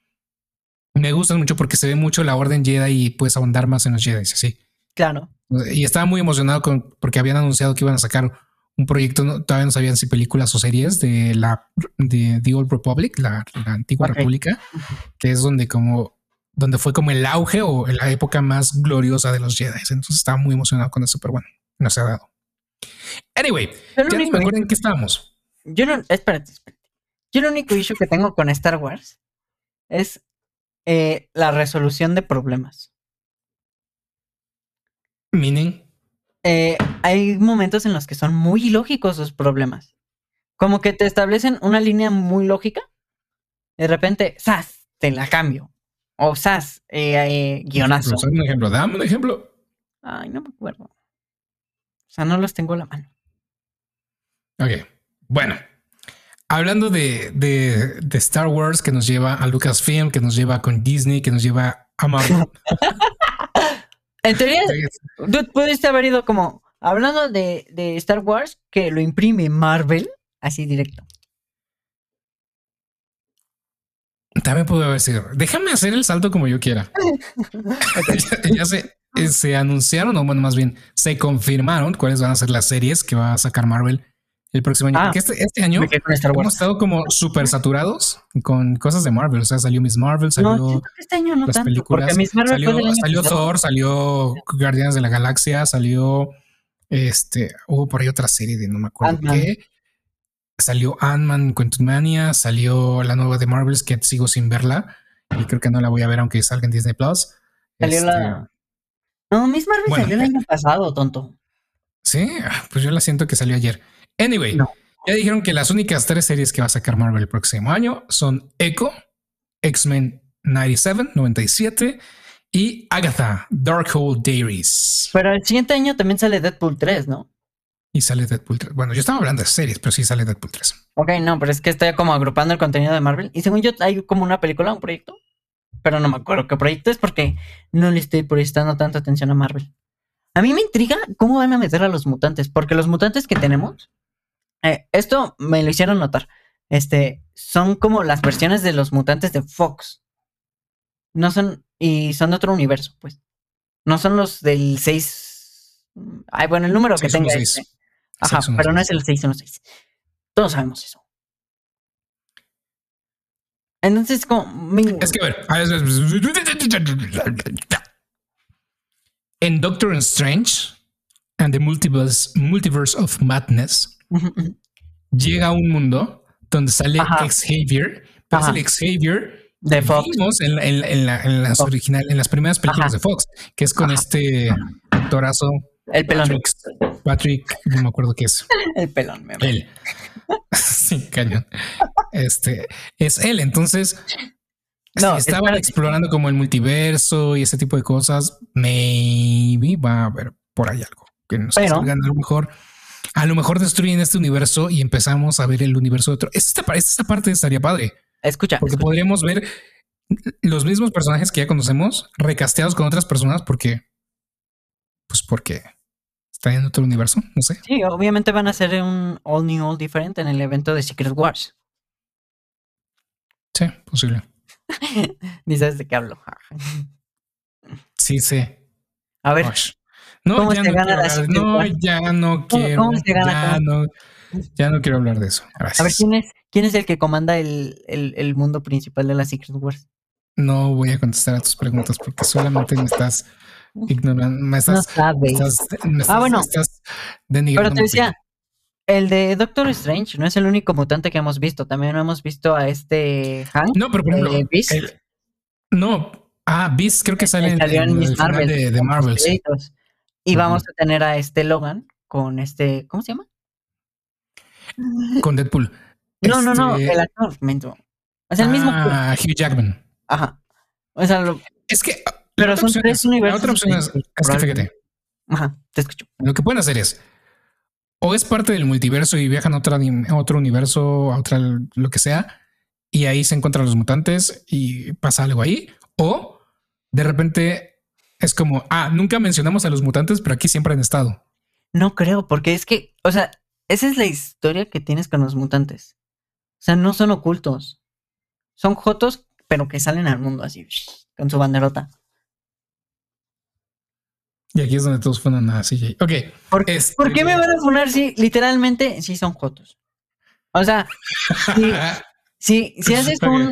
Speaker 3: me gustan mucho porque se ve mucho la orden Jedi y puedes ahondar más en los Jedi, así.
Speaker 2: Claro.
Speaker 3: Y estaba muy emocionado con, porque habían anunciado que iban a sacar un proyecto, no- todavía no sabían si películas o series de la de The Old Republic, la, la antigua
Speaker 2: Ok.
Speaker 3: república, que es donde como donde fue como el auge o la época más gloriosa de los Jedi. Entonces estaba muy emocionado con eso, pero bueno, no se ha dado. Anyway,
Speaker 2: Yo lo
Speaker 3: ya ni
Speaker 2: único
Speaker 3: me acuerdo en qué estábamos.
Speaker 2: Yo no, espérate, espérate. Yo el único issue que tengo con Star Wars es eh, la resolución de problemas.
Speaker 3: Meaning,
Speaker 2: Eh, hay momentos en los que son muy ilógicos sus problemas. Como que te establecen una línea muy lógica. De repente, ¡zas! Te la cambio. O ¡zas! eh, eh, guionazo.
Speaker 3: dame un ejemplo, dame un ejemplo.
Speaker 2: Ay, no me acuerdo. O sea, no los tengo a la mano.
Speaker 3: Ok, bueno. Hablando de, de- de Star Wars que nos lleva a Lucasfilm, que nos lleva con Disney, que nos lleva a Marvel.
Speaker 2: En teoría, dude, pudiste haber ido como hablando de, de Star Wars, que lo imprime Marvel, así directo.
Speaker 3: También pudo haber sido. Déjame hacer el salto como yo quiera. ya, ya se, eh, se anunciaron, o bueno, más bien se confirmaron cuáles van a ser las series que va a sacar Marvel el próximo año.
Speaker 2: Ah,
Speaker 3: Porque este, este año
Speaker 2: Me quedé con Star
Speaker 3: hemos
Speaker 2: Wars.
Speaker 3: estado como súper saturados con cosas de Marvel. O sea, salió Miss Marvel, salió
Speaker 2: No, siento que este año no
Speaker 3: las
Speaker 2: tanto,
Speaker 3: películas.
Speaker 2: porque Miss Marvel fue del
Speaker 3: salió,
Speaker 2: año
Speaker 3: salió
Speaker 2: pasado.
Speaker 3: Thor, salió Guardianes de la Galaxia, salió este, hubo por ahí otra serie de no me acuerdo
Speaker 2: Ant-Man.
Speaker 3: qué. Salió Ant-Man, Quantumania, salió la nueva de Marvels que sigo sin verla y creo que no la voy a ver aunque salga en Disney Plus.
Speaker 2: Salió
Speaker 3: Este,
Speaker 2: la- No, Miss Marvel
Speaker 3: Bueno.
Speaker 2: salió el año pasado, tonto.
Speaker 3: Sí, ah, pues yo la siento que salió ayer. Anyway,
Speaker 2: No.
Speaker 3: ya dijeron que las únicas tres series que va a sacar Marvel el próximo año son Echo, X-Men 97, 97 y Agatha, Darkhold Diaries.
Speaker 2: Pero el siguiente año también sale Deadpool 3, ¿no?
Speaker 3: Y sale Deadpool 3. Bueno, yo estaba hablando de series, pero sí sale Deadpool 3.
Speaker 2: Ok, no, pero es que estoy como agrupando el contenido de Marvel. Y según yo, hay como una película, un proyecto. Pero no me acuerdo qué proyecto es porque no le estoy prestando tanta atención a Marvel. A mí me intriga cómo van a meter a los mutantes, porque los mutantes que tenemos, eh, esto me lo hicieron notar. Este, son como las versiones de los mutantes de Fox. No son, y son de otro universo, pues. No son los del 6. Ay, bueno, el número que tenga.
Speaker 3: 616.
Speaker 2: este. Ajá,
Speaker 3: 616.
Speaker 2: pero no es el 616. Todos sabemos eso. Entonces, como. mi-
Speaker 3: Es que a ver. a ver- En Doctor Strange and the Multiverse, Multiverse of Madness
Speaker 2: Ujú, ujú.
Speaker 3: llega a un mundo donde sale
Speaker 2: Ajá.
Speaker 3: Xavier, pero es
Speaker 2: Ajá.
Speaker 3: el Xavier
Speaker 2: De
Speaker 3: que
Speaker 2: Fox.
Speaker 3: vimos en, la- en la- en la- en las
Speaker 2: Fox.
Speaker 3: original, en las primeras películas
Speaker 2: Ajá.
Speaker 3: de Fox, que es con
Speaker 2: Ajá.
Speaker 3: este actorazo
Speaker 2: El pelón.
Speaker 3: Patrick, Patrick, no me acuerdo qué es.
Speaker 2: El pelón, me
Speaker 3: Él. sí, cañón. Este es él. Entonces
Speaker 2: No,
Speaker 3: si estaban
Speaker 2: espérate.
Speaker 3: explorando como el multiverso y ese tipo de cosas. Maybe va a haber por ahí algo que nos
Speaker 2: Pero-
Speaker 3: salgan. A lo mejor, a lo mejor destruyen este universo y empezamos a ver el universo de otro. Esta, pa- esta parte estaría padre
Speaker 2: Escucha.
Speaker 3: porque
Speaker 2: escucha.
Speaker 3: podríamos ver los mismos personajes que ya conocemos recasteados con otras personas porque, pues porque están en otro universo. No sé.
Speaker 2: Sí, obviamente van a hacer un All New, All Different en el evento de Secret Wars.
Speaker 3: Sí, posible.
Speaker 2: Ni sabes de qué hablo.
Speaker 3: Sí, sí.
Speaker 2: A ver,
Speaker 3: Osh. No,
Speaker 2: ¿Cómo
Speaker 3: ya
Speaker 2: se
Speaker 3: no,
Speaker 2: gana
Speaker 3: quiero
Speaker 2: la
Speaker 3: hablar-
Speaker 2: siguiente
Speaker 3: no,
Speaker 2: cuarta?
Speaker 3: ya no
Speaker 2: ¿Cómo-
Speaker 3: quiero.
Speaker 2: cómo se gana
Speaker 3: ya,
Speaker 2: cada-
Speaker 3: no, ya no quiero hablar de eso. Gracias.
Speaker 2: a ver quién es, quién es el que comanda el, el- el mundo principal de la Secret Wars.
Speaker 3: No voy a contestar a tus preguntas porque solamente me estás ignorando. Me
Speaker 2: No
Speaker 3: estás. me
Speaker 2: sabes.
Speaker 3: estás, me estás-
Speaker 2: bueno.
Speaker 3: me estás denigrando.
Speaker 2: Pero te
Speaker 3: mi
Speaker 2: decía, el de Doctor Strange no es el único mutante que hemos visto. También hemos visto a este Hank.
Speaker 3: opinión. No, pero por ejemplo.
Speaker 2: eh, Beast.
Speaker 3: el- no. Ah, Beast creo que sale en,
Speaker 2: salió en
Speaker 3: en
Speaker 2: Miss
Speaker 3: el final
Speaker 2: Marvel.
Speaker 3: de, de Marvel. sí.
Speaker 2: créditos. Y
Speaker 3: Ujú.
Speaker 2: vamos a tener a este Logan con este. ¿Cómo se llama?
Speaker 3: con Deadpool.
Speaker 2: No, no, no,
Speaker 3: Este,
Speaker 2: el actor, mento. O sea, el mismo. actor.
Speaker 3: ah, Hugh Jackman.
Speaker 2: Ajá. O sea, lo-
Speaker 3: Es que. ah,
Speaker 2: Pero
Speaker 3: la otra
Speaker 2: son
Speaker 3: opción
Speaker 2: tres
Speaker 3: es- La
Speaker 2: universos
Speaker 3: otra opción es, es que
Speaker 2: diferentes,
Speaker 3: fíjate.
Speaker 2: ajá, te escucho.
Speaker 3: Lo que pueden hacer es, o es parte del multiverso y viajan a, otra dim- a otro universo, a otra, lo que sea, y ahí se encuentran los mutantes y pasa algo ahí, o de repente es como, ah, nunca mencionamos a los mutantes, pero aquí siempre han estado.
Speaker 2: No creo, porque es que, o sea, esa es la historia que tienes con los mutantes. O sea, no son ocultos. Son jotos, pero que salen al mundo así, con su banderota.
Speaker 3: Y aquí es donde todos fueron a CJ. Ok.
Speaker 2: ¿Por,
Speaker 3: este-
Speaker 2: ¿por qué me van a funar si literalmente sí son jotos? O sea, sí,
Speaker 3: ah,
Speaker 2: Sí, si haces
Speaker 3: Ok.
Speaker 2: un.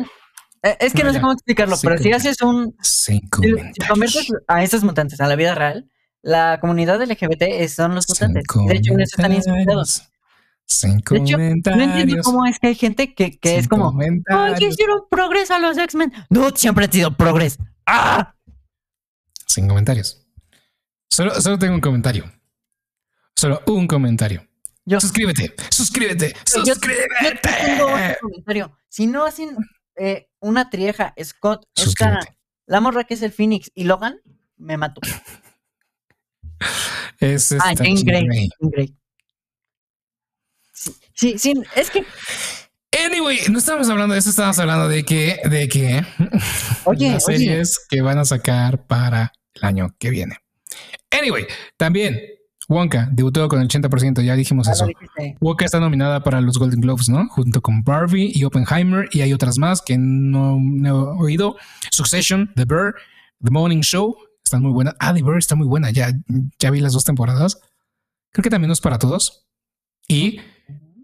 Speaker 2: eh, Es que no sé
Speaker 3: Vaya,
Speaker 2: cómo explicarlo,
Speaker 3: sí,
Speaker 2: pero si
Speaker 3: como-
Speaker 2: haces un.
Speaker 3: Sin
Speaker 2: Si, si
Speaker 3: comentarios.
Speaker 2: conviertes a estos mutantes a la vida real, la comunidad LGBT es- son los
Speaker 3: Sin
Speaker 2: mutantes. De hecho, en eso están inspirados.
Speaker 3: comentarios.
Speaker 2: De
Speaker 3: Sin
Speaker 2: hecho, No entiendo
Speaker 3: comentarios.
Speaker 2: cómo es que hay gente que, que es
Speaker 3: Sin
Speaker 2: como. ¡Ay,
Speaker 3: comentarios.
Speaker 2: hicieron progreso a los X-Men! ¡No, siempre han sido progres! ¡Ah!
Speaker 3: Sin comentarios. Solo, solo tengo un comentario. Solo un comentario.
Speaker 2: Yo-
Speaker 3: Suscríbete, suscríbete,
Speaker 2: Yo- yo- Yo
Speaker 3: suscríbete.
Speaker 2: tengo otro comentario. Si no hacen eh, una trieja, Scott, esta,
Speaker 3: Suscríbete.
Speaker 2: la morra que es el Phoenix y Logan, me mató.
Speaker 3: Es este
Speaker 2: Ah,
Speaker 3: esta
Speaker 2: Jane Grey.
Speaker 3: Grey.
Speaker 2: Jane Grey. Sí, sí, sí, es que,
Speaker 3: Anyway, no estábamos hablando de eso, estábamos hablando de que, de que
Speaker 2: oye,
Speaker 3: las
Speaker 2: oye,
Speaker 3: series que van a sacar para el año que viene. Anyway, también Wonka debutó con el 80%, ya dijimos
Speaker 2: Ya lo
Speaker 3: eso.
Speaker 2: dijiste.
Speaker 3: Wonka está nominada para los Golden Globes, ¿no? Junto con Barbie y Oppenheimer y hay otras más que no, no he oído. Succession, The Bear, The Morning Show, están muy buenas. Ah, The Bear está muy buena, ya, ya vi las dos temporadas. Creo que también es para todos. Y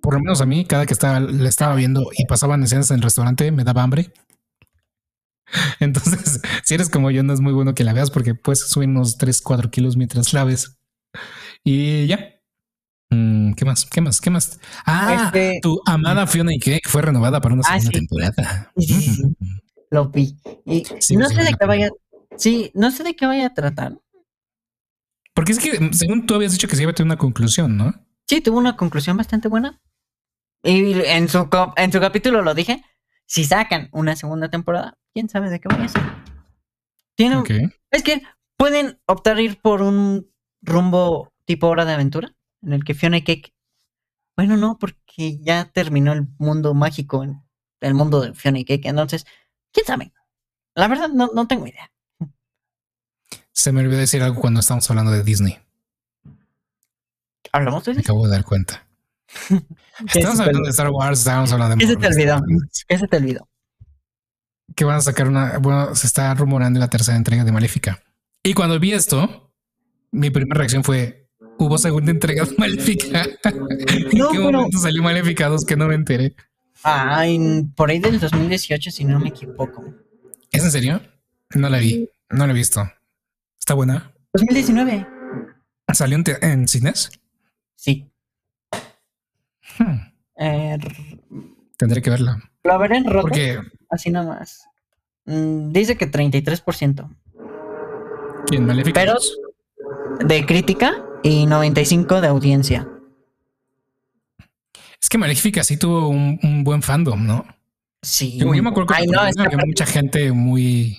Speaker 3: por lo menos a mí, cada que estaba, la estaba viendo y pasaban escenas en el restaurante, me daba hambre. Entonces, si eres como yo, no es muy bueno que la veas porque puedes subir unos 3, 4 kilos mientras la ves. Y ya. Mm, ¿Qué más? ¿Qué más? ¿Qué más? Ah,
Speaker 2: Este-
Speaker 3: tu amada Fiona y Cake fue renovada para una
Speaker 2: Ah,
Speaker 3: segunda
Speaker 2: sí.
Speaker 3: temporada.
Speaker 2: Sí, sí, sí. Lo vi. Y
Speaker 3: Sí,
Speaker 2: no
Speaker 3: sí,
Speaker 2: sé
Speaker 3: sí,
Speaker 2: de
Speaker 3: sí.
Speaker 2: qué vaya. Sí, no sé de qué vaya a tratar.
Speaker 3: Porque es que, mm, según tú habías dicho que se iba a tener una conclusión, ¿no?
Speaker 2: Sí, tuvo una conclusión bastante buena. Y en su, co- en su capítulo lo dije. Si sacan una segunda temporada, quién sabe de qué vaya a ser. Tiene-
Speaker 3: Ok.
Speaker 2: Es que pueden optar ir por un rumbo tipo hora de aventura, en el que Fiona y Cake. Bueno, no, porque ya terminó el mundo mágico, en- el mundo de Fiona y Cake. Entonces, quién sabe. La verdad, no, no tengo idea.
Speaker 3: Se me olvidó decir algo cuando estábamos hablando de Disney.
Speaker 2: Hablamos de
Speaker 3: Me
Speaker 2: eso.
Speaker 3: acabo de dar cuenta. Estábamos hablando de Star Wars, estábamos hablando de
Speaker 2: ¿Qué se te
Speaker 3: Marvel,
Speaker 2: olvidó?
Speaker 3: estábamos-
Speaker 2: ¿Qué se te olvidó?
Speaker 3: que van a sacar una. Bueno, se está rumorando la tercera entrega de Maléfica. Y cuando vi esto, mi primera reacción fue: hubo segunda entrega de Maléfica. ¿En
Speaker 2: No,
Speaker 3: qué
Speaker 2: pero-
Speaker 3: momento salió Maléfica 2 que no me enteré?
Speaker 2: Ah, en- por ahí del 2018, si no me equivoco.
Speaker 3: ¿Es en serio? No la vi. No la he visto. Está buena.
Speaker 2: 2019.
Speaker 3: ¿Salió en, te- en cines?
Speaker 2: Sí.
Speaker 3: Hmm,
Speaker 2: Eh, r-
Speaker 3: Tendré que verla.
Speaker 2: lo veré en roto,
Speaker 3: Porque,
Speaker 2: así nomás. Mm, dice que 33%.
Speaker 3: ¿quién? Maléfica
Speaker 2: Pero-
Speaker 3: 2?
Speaker 2: de crítica y 95 de audiencia.
Speaker 3: Es que Maléfica sí tuvo un, un buen fandom, ¿no?
Speaker 2: Sí.
Speaker 3: Yo, yo me acuerdo que,
Speaker 2: Ay, no, es, que
Speaker 3: había
Speaker 2: aparte,
Speaker 3: mucha gente muy.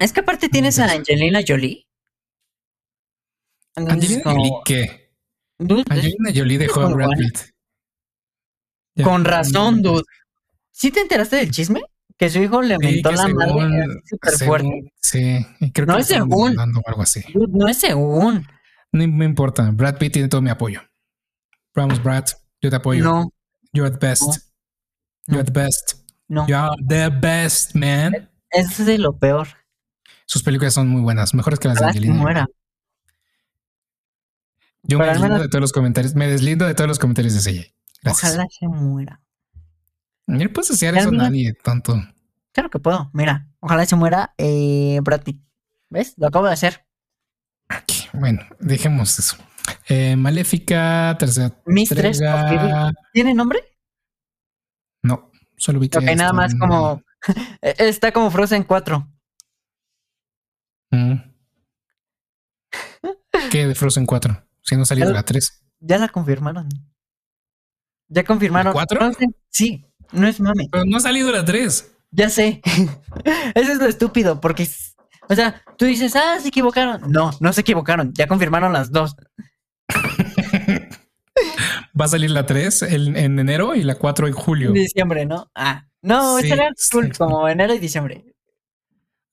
Speaker 2: es que aparte tienes a Angelina Jolie. Entonces,
Speaker 3: Angelina
Speaker 2: como-
Speaker 3: Jolie, ¿qué?
Speaker 2: Dude,
Speaker 3: Angelina Jolie dejó a
Speaker 2: muy
Speaker 3: Brad
Speaker 2: buena.
Speaker 3: Pitt. Ya.
Speaker 2: Con
Speaker 3: Mm.
Speaker 2: razón, dude. ¿Sí te enteraste del chisme? Que su hijo le
Speaker 3: Sí,
Speaker 2: mentó
Speaker 3: que
Speaker 2: la madre
Speaker 3: según-
Speaker 2: así súper
Speaker 3: según-
Speaker 2: fuerte.
Speaker 3: Sí, y creo
Speaker 2: No
Speaker 3: que
Speaker 2: es
Speaker 3: le estaban
Speaker 2: según.
Speaker 3: demandando o algo así.
Speaker 2: Dude, no es según.
Speaker 3: No me importa. Brad Pitt tiene todo mi apoyo. Vamos, Brad. Yo te apoyo.
Speaker 2: No,
Speaker 3: You're the best.
Speaker 2: No.
Speaker 3: You're the best.
Speaker 2: no.
Speaker 3: You're the best, man.
Speaker 2: Es de lo peor.
Speaker 3: Sus películas son muy buenas, mejores que las de
Speaker 2: Ojalá se
Speaker 3: Angelina.
Speaker 2: muera.
Speaker 3: Yo
Speaker 2: Pero
Speaker 3: me
Speaker 2: al
Speaker 3: deslindo
Speaker 2: menos-
Speaker 3: de todos los comentarios. Me deslindo de todos los comentarios de CJ. Gracias.
Speaker 2: Ojalá se muera.
Speaker 3: No le puedes hacer
Speaker 2: Al
Speaker 3: eso a
Speaker 2: menos-
Speaker 3: nadie, tonto.
Speaker 2: Claro que puedo. Mira, ojalá se muera eh, Brad Pitt. ¿Ves? Lo acabo de hacer.
Speaker 3: Aquí, Bueno, dejemos eso. Eh, Maléfica, tercera
Speaker 2: Mistress of Evil.
Speaker 3: entrega.
Speaker 2: ¿Tiene nombre?
Speaker 3: No, solo vi que.
Speaker 2: Ok, nada
Speaker 3: estaba
Speaker 2: más
Speaker 3: en-
Speaker 2: como. e, Está como Frozen 4.
Speaker 3: Mm. ¿Qué de Frozen 4? Si no ha salido
Speaker 2: El-
Speaker 3: la 3.
Speaker 2: Ya la confirmaron. Ya confirmaron.
Speaker 3: ¿Cuatro?
Speaker 2: Frozen- Sí, no es mame.
Speaker 3: Pero no ha salido la 3.
Speaker 2: Ya sé. Eso es lo estúpido, porque. es- O sea, tú dices, ah, se equivocaron. No, no se equivocaron. Ya confirmaron las dos.
Speaker 3: Va a salir la 3 en, en enero y la 4 en julio.
Speaker 2: En diciembre, ¿no? Ah, no,
Speaker 3: Sí,
Speaker 2: este era
Speaker 3: sí.
Speaker 2: cool, como enero y diciembre.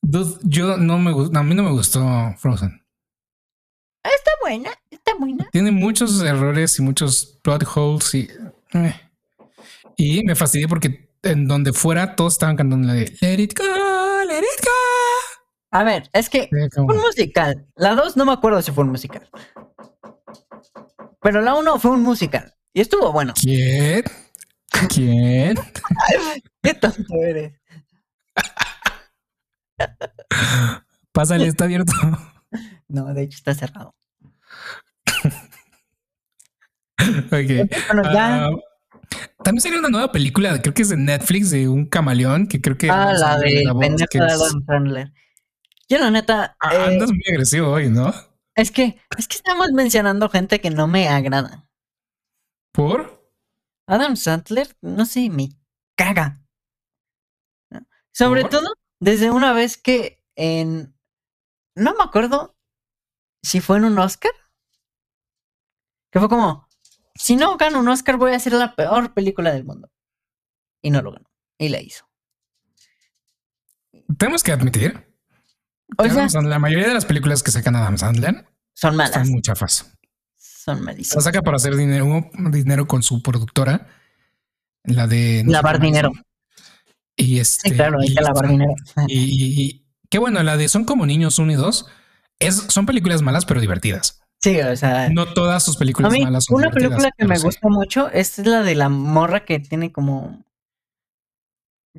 Speaker 3: Dude, yo no me gustó, a mí no me gustó Frozen.
Speaker 2: Está buena, está buena.
Speaker 3: Tiene muchos errores y muchos plot holes y. eh. Y me fastidié porque en donde fuera todos estaban cantando la de Let it go, let it go.
Speaker 2: A ver, es que
Speaker 3: Era como-
Speaker 2: fue un musical. La 2 no me acuerdo si fue un musical. Pero la 1 fue un musical. Y estuvo bueno.
Speaker 3: ¿Quién? ¿Quién?
Speaker 2: ¿Qué tonto eres?
Speaker 3: Pásale, está abierto.
Speaker 2: No, de hecho está cerrado.
Speaker 3: ok.
Speaker 2: Bueno, ya.
Speaker 3: Ah, también salió una nueva película, creo que es de Netflix, de un camaleón, que creo que...
Speaker 2: ah, la
Speaker 3: sale
Speaker 2: de
Speaker 3: la voz,
Speaker 2: pendejo
Speaker 3: que
Speaker 2: de
Speaker 3: es-
Speaker 2: Adam Sandler. Yo la neta,
Speaker 3: Ah,
Speaker 2: eh,
Speaker 3: Andas muy agresivo hoy, ¿no?
Speaker 2: es que es que estamos mencionando gente que no me agrada.
Speaker 3: ¿Por?
Speaker 2: Adam Sandler, no sé, me caga. ¿No? Sobre
Speaker 3: ¿Por?
Speaker 2: todo desde una vez que en no me acuerdo si fue en un Oscar. Que fue como si no gano un Oscar voy a hacer la peor película del mundo. Y no lo ganó. Y la hizo.
Speaker 3: Tenemos que admitir
Speaker 2: O sea,
Speaker 3: Adam Sandler, la mayoría de las películas que sacan Adam Sandler
Speaker 2: son malas.
Speaker 3: están muy chafas.
Speaker 2: Son
Speaker 3: La
Speaker 2: malísimas.
Speaker 3: saca para hacer dinero, dinero con su productora, la de
Speaker 2: Lavar dinero.
Speaker 3: Y este,
Speaker 2: Sí, claro, hay
Speaker 3: y-
Speaker 2: que lavar dinero.
Speaker 3: Y, y- y- qué bueno, la de Son como niños unidos es, son películas malas pero divertidas.
Speaker 2: Sí, o sea.
Speaker 3: No todas sus
Speaker 2: A
Speaker 3: películas
Speaker 2: mí,
Speaker 3: malas son
Speaker 2: una
Speaker 3: divertidas,
Speaker 2: película que
Speaker 3: pero
Speaker 2: me
Speaker 3: sí.
Speaker 2: gusta mucho es la de la morra que tiene como.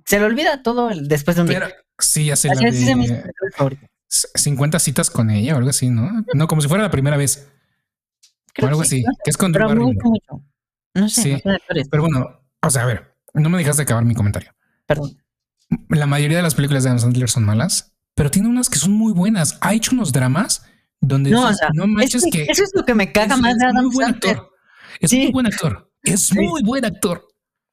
Speaker 2: Se le olvida todo el- después de un
Speaker 3: Pero
Speaker 2: día.
Speaker 3: sí, ya sé la
Speaker 2: Así es, esa es mi
Speaker 3: de
Speaker 2: película favorita.
Speaker 3: 50 citas con ella o algo así, ¿no? No, como si fuera la primera vez o
Speaker 2: Creo
Speaker 3: algo
Speaker 2: que sí,
Speaker 3: así,
Speaker 2: no sé,
Speaker 3: que es con Drew
Speaker 2: pero me
Speaker 3: Barrymore.
Speaker 2: gusta mucho. No sé,
Speaker 3: Sí.
Speaker 2: no sé de actores,
Speaker 3: Pero bueno, o sea, a ver, no me dejaste acabar mi comentario.
Speaker 2: perdón.
Speaker 3: La mayoría de las películas de Adam Sandler son malas, pero tiene unas que son muy buenas. Ha hecho unos dramas donde
Speaker 2: No,
Speaker 3: dices,
Speaker 2: o sea,
Speaker 3: no manches
Speaker 2: es que
Speaker 3: que
Speaker 2: eso es lo que me caga
Speaker 3: es-
Speaker 2: más
Speaker 3: es
Speaker 2: de Adam
Speaker 3: muy buen
Speaker 2: Sandler.
Speaker 3: actor. Es
Speaker 2: Sí.
Speaker 3: muy buen actor. Es
Speaker 2: Sí.
Speaker 3: muy buen actor.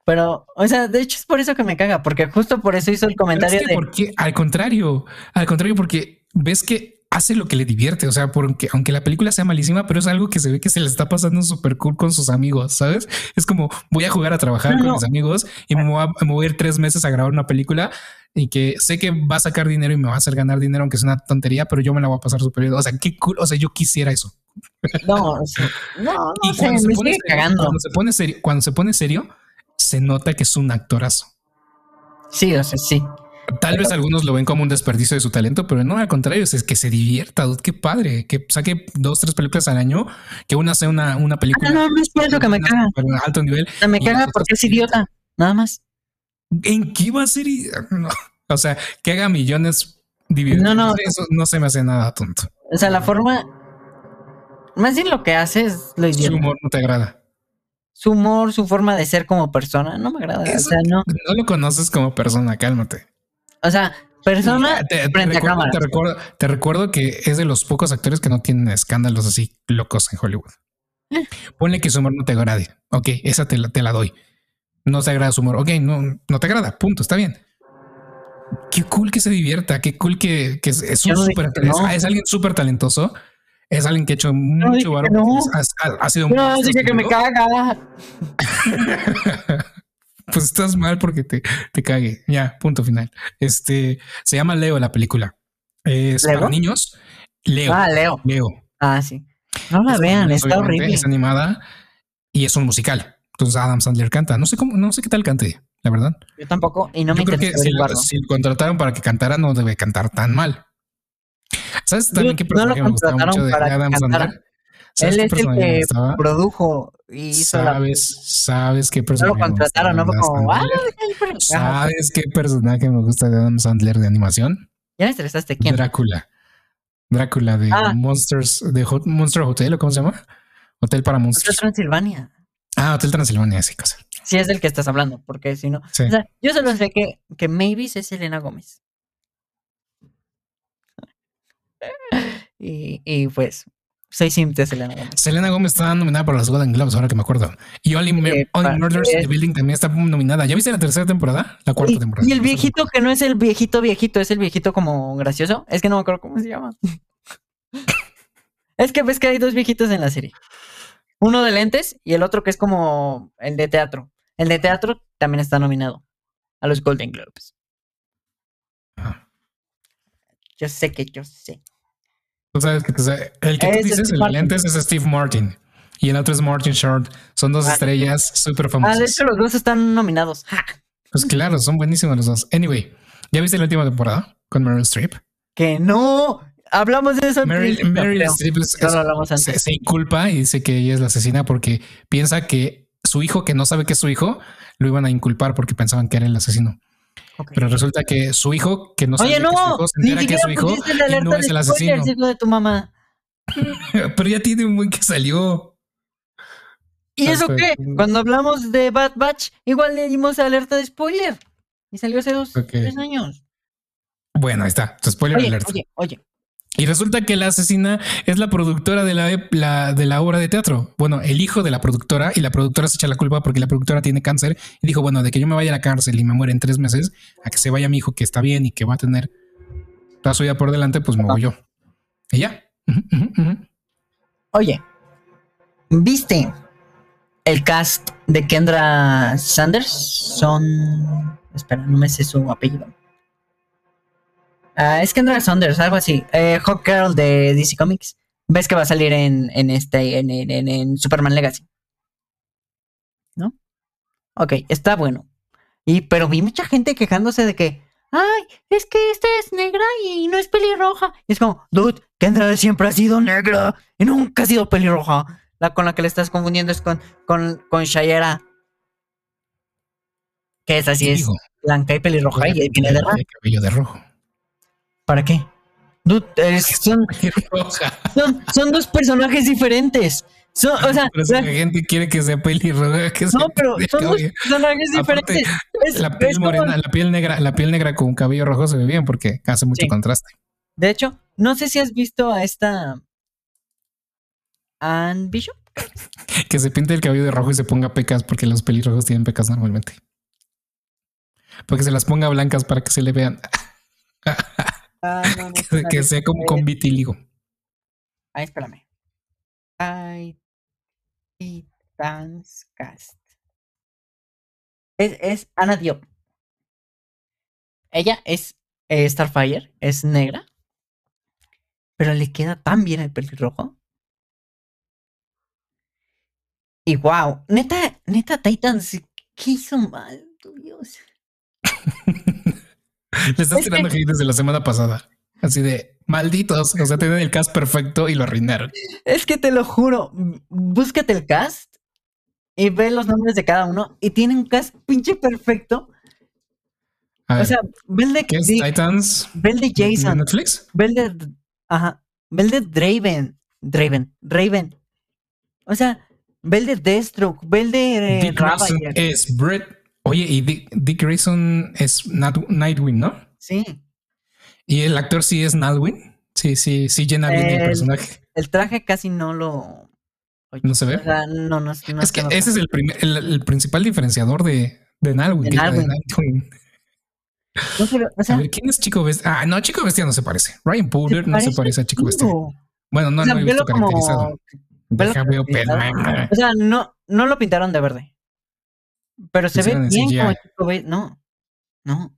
Speaker 2: Pero, o sea, de hecho es por eso que me caga, porque justo por eso hizo el
Speaker 3: Pero es
Speaker 2: comentario
Speaker 3: que
Speaker 2: de.
Speaker 3: porque al contrario, al contrario, porque ves que hace lo que le divierte, o sea, porque aunque la película sea malísima, pero es algo que se ve que se le está pasando súper cool con sus amigos, ¿sabes? Es como voy a jugar a trabajar
Speaker 2: No,
Speaker 3: con
Speaker 2: no.
Speaker 3: mis amigos y me voy, a, me voy a ir tres meses a grabar una película y que sé que va a sacar dinero y me va a hacer ganar dinero, aunque es una tontería, pero yo me la voy a pasar súper bien. O sea, qué cool, o sea, yo quisiera eso.
Speaker 2: No, o sea, no, no
Speaker 3: Y
Speaker 2: sé, me
Speaker 3: cuando se pone
Speaker 2: sigue
Speaker 3: serio-
Speaker 2: cagando.
Speaker 3: cuando se pone serio, cuando se pone serio, se nota que es un actorazo.
Speaker 2: Sí, o sea, sí.
Speaker 3: Tal vez algunos lo ven como un desperdicio de su talento, pero no, al contrario, es que se divierta, dude, qué padre, que saque dos, tres películas al año, que una sea una, una película
Speaker 2: Ah, no, no es por eso que me
Speaker 3: una
Speaker 2: caga.
Speaker 3: super alto nivel.
Speaker 2: O sea, me
Speaker 3: Y
Speaker 2: caga
Speaker 3: entonces-
Speaker 2: porque es idiota, nada más.
Speaker 3: ¿En qué va a ser? i- No, O sea, que haga millones divididos.
Speaker 2: No, no.
Speaker 3: Eso no se me hace nada tonto.
Speaker 2: O sea, la forma. Más bien lo que hace es lo
Speaker 3: Su
Speaker 2: idiota.
Speaker 3: humor no te agrada.
Speaker 2: Su humor, su forma de ser como persona, no me agrada.
Speaker 3: Eso-
Speaker 2: O sea, no.
Speaker 3: No lo conoces como persona, cálmate.
Speaker 2: O sea, persona
Speaker 3: te, te
Speaker 2: frente a
Speaker 3: recuerdo,
Speaker 2: cámara.
Speaker 3: te recuerdo, te recuerdo que es de los pocos actores que no tienen escándalos así locos en Hollywood.
Speaker 2: Eh.
Speaker 3: Ponle que su humor no te agrade. Ok, esa te la, te la doy. No te agrada su humor. Ok, no, no te agrada. Punto, está bien. Qué cool que se divierta, qué cool que, que es, es
Speaker 2: Yo
Speaker 3: un
Speaker 2: no dije
Speaker 3: súper-
Speaker 2: que no.
Speaker 3: es, es alguien súper talentoso. Es alguien que ha hecho
Speaker 2: dije
Speaker 3: mucho
Speaker 2: que
Speaker 3: valor.
Speaker 2: no.
Speaker 3: Ha, ha- ha sido muy
Speaker 2: No, dije que me
Speaker 3: extraordinario.
Speaker 2: caga.
Speaker 3: Pues estás mal porque te, te cague. Ya, punto final. Este se llama Leo la película. Es
Speaker 2: ¿Lego?
Speaker 3: para niños. Leo.
Speaker 2: Ah, Leo.
Speaker 3: Leo.
Speaker 2: Ah, sí. No la
Speaker 3: Es
Speaker 2: vean,
Speaker 3: animada,
Speaker 2: está
Speaker 3: obviamente,
Speaker 2: horrible.
Speaker 3: Es animada y es un musical. Entonces Adam Sandler canta. No sé cómo, no sé qué tal cante, la verdad.
Speaker 2: Yo tampoco, y no me
Speaker 3: Yo creo que
Speaker 2: interesa
Speaker 3: si lo,
Speaker 2: averiguarlo.
Speaker 3: si lo contrataron para que cantara, no debe cantar tan mal. ¿Sabes también qué
Speaker 2: no
Speaker 3: personaje
Speaker 2: lo
Speaker 3: me gustaba
Speaker 2: contrataron
Speaker 3: mucho de
Speaker 2: para que
Speaker 3: Adam
Speaker 2: cantara.
Speaker 3: Sandler?
Speaker 2: Él
Speaker 3: ¿Sabes
Speaker 2: es
Speaker 3: qué
Speaker 2: el
Speaker 3: personaje me
Speaker 2: que
Speaker 3: gustaba?
Speaker 2: Produjo y hizo la.
Speaker 3: ¿Sabes, sabes qué
Speaker 2: No
Speaker 3: personaje
Speaker 2: lo
Speaker 3: me gustaba
Speaker 2: contrataron, no
Speaker 3: de
Speaker 2: fue
Speaker 3: Adam
Speaker 2: como.
Speaker 3: Sandler?
Speaker 2: "Ah, él produjo". Ajá.
Speaker 3: ¿Sabes qué personaje me gusta de Adam Sandler de animación?
Speaker 2: Ya me interesaste quién.
Speaker 3: Drácula. Drácula de
Speaker 2: Ah.
Speaker 3: Monsters, de Hot- Monster Hotel, ¿o cómo se llama? Hotel para
Speaker 2: Hotel
Speaker 3: Monsters.
Speaker 2: Transilvania.
Speaker 3: Ah, Hotel Transilvania, sí, cosa.
Speaker 2: Si es del que estás hablando, porque si no.
Speaker 3: Sí.
Speaker 2: O sea, yo solo sé que, que Mavis es Elena Gómez. Y, y pues, soy simp de Selena Gómez.
Speaker 3: Selena Gómez está nominada para los Golden Globes, ahora que me acuerdo. Y Only, Mur-
Speaker 2: Eh,
Speaker 3: Only
Speaker 2: pa-
Speaker 3: Murders in
Speaker 2: eh.
Speaker 3: the Building también está nominada. ¿Ya viste la tercera temporada? La cuarta
Speaker 2: Y,
Speaker 3: temporada.
Speaker 2: y el viejito que no es el viejito viejito, es el viejito como gracioso. Es que no me acuerdo cómo se llama. es que ves que hay dos viejitos en la serie. Uno de lentes y el otro que es como el de teatro. El de teatro también está nominado a los Golden Globes.
Speaker 3: Ajá.
Speaker 2: Yo sé que yo sé.
Speaker 3: Tú sabes que, o sea, el que tú
Speaker 2: Es
Speaker 3: dices,
Speaker 2: Steve
Speaker 3: el
Speaker 2: Martin.
Speaker 3: lente es Steve Martin. Y el otro es Martin Short. Son dos
Speaker 2: Ah.
Speaker 3: estrellas súper
Speaker 2: Ah,
Speaker 3: famosas.
Speaker 2: de hecho los dos están nominados. Ah, ¡Ja!
Speaker 3: Pues claro, son buenísimos los dos. Anyway, ¿ya viste la última temporada con Meryl Streep?
Speaker 2: Que no. Hablamos de eso. al
Speaker 3: Meryl,
Speaker 2: principio,
Speaker 3: Meryl
Speaker 2: creo.
Speaker 3: Streep es-
Speaker 2: No lo hablamos
Speaker 3: se,
Speaker 2: antes.
Speaker 3: se inculpa y dice que ella es la asesina porque piensa que su hijo, que no sabe que es su hijo, lo iban a inculpar porque pensaban que era el asesino.
Speaker 2: Ok.
Speaker 3: Pero resulta que su hijo, que no sabe
Speaker 2: Oye,
Speaker 3: que es su
Speaker 2: no.
Speaker 3: hijo, se
Speaker 2: Ni
Speaker 3: entera que
Speaker 2: siquiera
Speaker 3: es su hijo
Speaker 2: pusiste la
Speaker 3: y
Speaker 2: alerta
Speaker 3: no es el
Speaker 2: de
Speaker 3: asesino.
Speaker 2: spoilers, hijo de tu mamá.
Speaker 3: Pero ya tiene un buen que salió.
Speaker 2: ¿Y
Speaker 3: Ah,
Speaker 2: eso
Speaker 3: fue-
Speaker 2: qué? Cuando hablamos de Bad Batch, igual le dimos alerta de spoiler. Y salió hace dos,
Speaker 3: Ok.
Speaker 2: tres años.
Speaker 3: Bueno, ahí está. Spoiler
Speaker 2: Oye,
Speaker 3: alert.
Speaker 2: oye, oye.
Speaker 3: Y resulta que la asesina es la productora de la, la- de la obra de teatro. Bueno, el hijo de la productora y la productora se echa la culpa porque la productora tiene cáncer y dijo, bueno, de que yo me vaya a la cárcel y me muera en tres meses, a que se vaya mi hijo que está bien y que va a tener toda su vida por delante, pues me voy yo. Y ya. Ujú, ujú, ujú.
Speaker 2: Oye, ¿viste el cast de Kendra Sanders? Son. Espera, no me sé su apellido. Ah, es Kendra Saunders, algo así. Eh, Hawk Girl de DC Comics. Ves que va a salir en, en este, en, en- en- en Superman Legacy. ¿No? Ok, está bueno. Y, pero vi mucha gente quejándose de que, ay, es que esta es negra y no es pelirroja. Y es como, dude, Kendra siempre ha sido negra y nunca ha sido pelirroja. La con la que le estás confundiendo es con, con, con Shayera. Que es así, es
Speaker 3: Digo,
Speaker 2: blanca y pelirroja y viene de
Speaker 3: de cabello de rojo.
Speaker 2: ¿Para qué? Dude, es- son,
Speaker 3: Pelirroja.
Speaker 2: son, son dos personajes diferentes. Son, o sea,
Speaker 3: Pero si la
Speaker 2: la-
Speaker 3: gente quiere que sea pelirroja, que sea
Speaker 2: no, pero
Speaker 3: de
Speaker 2: son dos
Speaker 3: cabello.
Speaker 2: personajes
Speaker 3: Aparte,
Speaker 2: diferentes. Es-
Speaker 3: La piel
Speaker 2: es como-
Speaker 3: morena, la piel negra, la piel negra con cabello rojo se ve bien porque hace mucho
Speaker 2: Sí.
Speaker 3: contraste.
Speaker 2: De hecho, no sé si has visto a esta. Anne Bishop.
Speaker 3: Que se pinte el cabello de rojo y se ponga pecas porque los pelirrojos tienen pecas normalmente. Porque se las ponga blancas para que se le vean,
Speaker 2: Ah, no, no,
Speaker 3: que,
Speaker 2: espérame.
Speaker 3: que sea como con vitiligo.
Speaker 2: Ay, espérame. Ay, Titans Cast. Es, es Ana Diop. Ella es eh, Starfire, es negra. Pero le queda tan bien el pelirrojo. Y wow, neta, neta Titans, ¿qué hizo mal? Tu Dios.
Speaker 3: Le estás
Speaker 2: Es
Speaker 3: tirando hate desde la semana pasada. Así de malditos. O sea, tienen el cast perfecto y lo arruinaron.
Speaker 2: Es que te lo juro, m- búscate el cast y ve los nombres de cada uno y tiene un cast pinche perfecto.
Speaker 3: A ver,
Speaker 2: O sea, ve el de,
Speaker 3: ¿qué es
Speaker 2: de-
Speaker 3: Titans?
Speaker 2: ve el de
Speaker 3: ¿De
Speaker 2: Jason,
Speaker 3: Netflix.
Speaker 2: ve el de, ajá, ve el de Draven, Draven, Raven. O sea, ve el de Deathstroke, ve el de eh,
Speaker 3: Dick Grayson
Speaker 2: Ravager.
Speaker 3: es Brett. Oye, y Dick, Dick Grayson es Nat- Nightwing, ¿no?
Speaker 2: Sí,
Speaker 3: Y el actor sí es Nightwing. Sí, sí, sí llena bien el
Speaker 2: El-
Speaker 3: personaje.
Speaker 2: el traje casi no lo...
Speaker 3: No se
Speaker 2: O
Speaker 3: ve.
Speaker 2: sea, no, no, no
Speaker 3: ¿Eh? Es
Speaker 2: se
Speaker 3: que
Speaker 2: nota.
Speaker 3: ese es el, primer- el, el principal diferenciador de, de Nightwing.
Speaker 2: De
Speaker 3: que era de
Speaker 2: Nightwing.
Speaker 3: Nightwing.
Speaker 2: No, pero, o sea,
Speaker 3: A ver, ¿quién es Chico Bestia? Ah, no, Chico Bestia no se parece. Ryan Powder no se
Speaker 2: parece
Speaker 3: parece a Chico Bestia.
Speaker 2: chingo.
Speaker 3: Bueno, no
Speaker 2: O sea,
Speaker 3: lo he
Speaker 2: velo
Speaker 3: visto caracterizado.
Speaker 2: como velo
Speaker 3: Deja, veo
Speaker 2: caracterizado.
Speaker 3: Batman.
Speaker 2: O sea, no, no lo pintaron de verde. Pero se ve
Speaker 3: Hicieron en
Speaker 2: bien como
Speaker 3: CGI.
Speaker 2: Chico Be- No, no.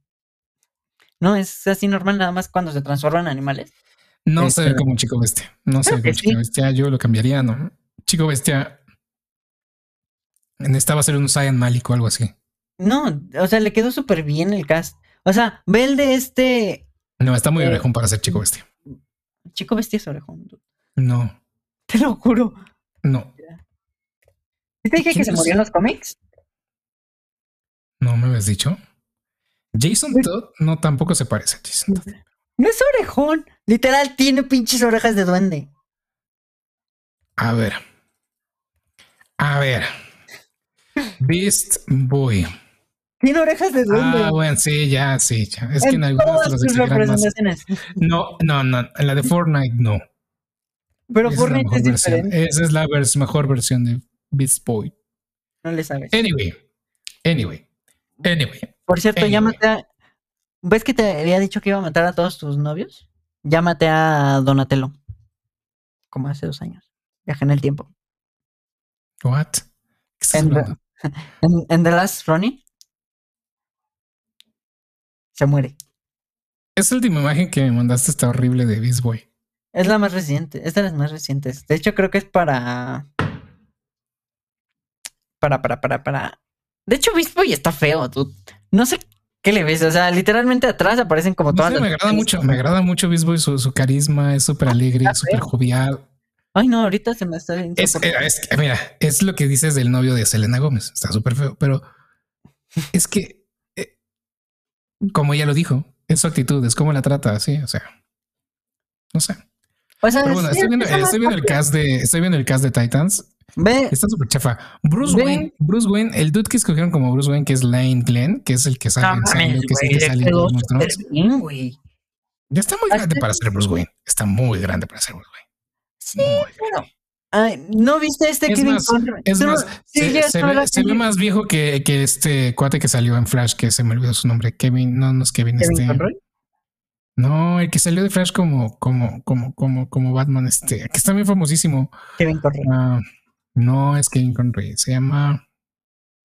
Speaker 2: No, es así normal nada más cuando se transforman en animales.
Speaker 3: No
Speaker 2: Este-
Speaker 3: se ve como Chico Bestia. No se
Speaker 2: Creo
Speaker 3: ve
Speaker 2: que
Speaker 3: como Chico
Speaker 2: sí.
Speaker 3: Bestia. Yo lo cambiaría, ¿no? Chico Bestia. Necesitaba ser un Saiyan Malik o algo así.
Speaker 2: No, o sea, le quedó súper bien el cast. O sea, ve el de este
Speaker 3: No, está muy
Speaker 2: Eh,
Speaker 3: orejón para ser Chico Bestia.
Speaker 2: chico bestia es orejón. dude.
Speaker 3: No,
Speaker 2: Te lo juro.
Speaker 3: no,
Speaker 2: ¿Sí te dije que
Speaker 3: ¿Quién
Speaker 2: se
Speaker 3: es?
Speaker 2: murió en los cómics?
Speaker 3: no me habías dicho. Jason
Speaker 2: Pues-
Speaker 3: Todd no tampoco se parece a Jason Todd.
Speaker 2: No es orejón. Literal, tiene pinches orejas de duende.
Speaker 3: A ver. A ver. Beast Boy.
Speaker 2: Tiene orejas de duende.
Speaker 3: Ah, bueno, sí, ya, sí, ya. Es que
Speaker 2: en
Speaker 3: en algunas
Speaker 2: todas
Speaker 3: de las
Speaker 2: sus
Speaker 3: exageran más.
Speaker 2: representaciones.
Speaker 3: No, no, no. En la de Fortnite, no.
Speaker 2: Pero
Speaker 3: Esa
Speaker 2: por
Speaker 3: es la mejor
Speaker 2: es
Speaker 3: versión.
Speaker 2: diferente.
Speaker 3: Esa es la vers- mejor versión de Beast Boy.
Speaker 2: No le sabes.
Speaker 3: Anyway, anyway, anyway.
Speaker 2: Por cierto,
Speaker 3: Anyway.
Speaker 2: ya maté a... ¿Ves que te había dicho que iba a matar a todos tus novios? Ya maté a Donatello. Como hace dos años. Viajé en el tiempo.
Speaker 3: What? ¿Qué estás
Speaker 2: En-
Speaker 3: hablando?
Speaker 2: En, en The Last Ronnie. Se muere.
Speaker 3: Esa última imagen que me mandaste está horrible de Beast Boy.
Speaker 2: Es la más reciente. Es de las más recientes. De hecho, creo que es para... Para, para, para, para... De hecho, Beast Boy está feo, tú. No sé qué le ves. O sea, literalmente atrás aparecen como
Speaker 3: No
Speaker 2: todas
Speaker 3: sé, me
Speaker 2: las-
Speaker 3: agrada mucho, me agrada mucho Beast Boy, su, su carisma es súper alegre,
Speaker 2: Está
Speaker 3: súper
Speaker 2: feo.
Speaker 3: jovial.
Speaker 2: Ay, no, ahorita se me está...
Speaker 3: Es,
Speaker 2: insoportable.
Speaker 3: eh, es que, mira, es lo que dices del novio de Selena Gómez, está súper feo, pero es que, eh, como ella lo dijo, es su actitud, es cómo la trata, sí, o sea, no sé.
Speaker 2: O sea,
Speaker 3: Pero bueno,
Speaker 2: Ah, sí,
Speaker 3: estoy viendo,
Speaker 2: esa
Speaker 3: estoy viendo el cast de, estoy viendo el cast de Titans
Speaker 2: Ve,
Speaker 3: Está súper chafa. Bruce
Speaker 2: Ve.
Speaker 3: Wayne, Bruce Wayne, el dude que escogieron como Bruce Wayne, que es Lane Glenn, que es el que sale
Speaker 2: no
Speaker 3: en Sandman,
Speaker 2: mames,
Speaker 3: que es
Speaker 2: güey,
Speaker 3: el que
Speaker 2: le
Speaker 3: sale en
Speaker 2: quedó
Speaker 3: Game of
Speaker 2: súper
Speaker 3: Thrones.
Speaker 2: bien, güey.
Speaker 3: Ya está muy
Speaker 2: Hasta-
Speaker 3: grande para ser Bruce Wayne. Está muy grande para ser Bruce Wayne.
Speaker 2: Sí,
Speaker 3: Muy
Speaker 2: pero. Ay, ¿No viste este
Speaker 3: Es
Speaker 2: Kevin
Speaker 3: más,
Speaker 2: Conroy?
Speaker 3: Es
Speaker 2: Tú no-
Speaker 3: más,
Speaker 2: sí,
Speaker 3: se,
Speaker 2: ya
Speaker 3: se
Speaker 2: no
Speaker 3: ve,
Speaker 2: la
Speaker 3: se ve
Speaker 2: vi.
Speaker 3: más viejo que, que este cuate que salió en Flash, que se me olvidó su nombre. Kevin, no, no es Kevin,
Speaker 2: Kevin
Speaker 3: este.
Speaker 2: Conroy.
Speaker 3: No, el que salió de Flash como, como, como, como, como Batman, este, que es también famosísimo.
Speaker 2: Kevin Conroy.
Speaker 3: Ah, no es Kevin Conroy, se llama.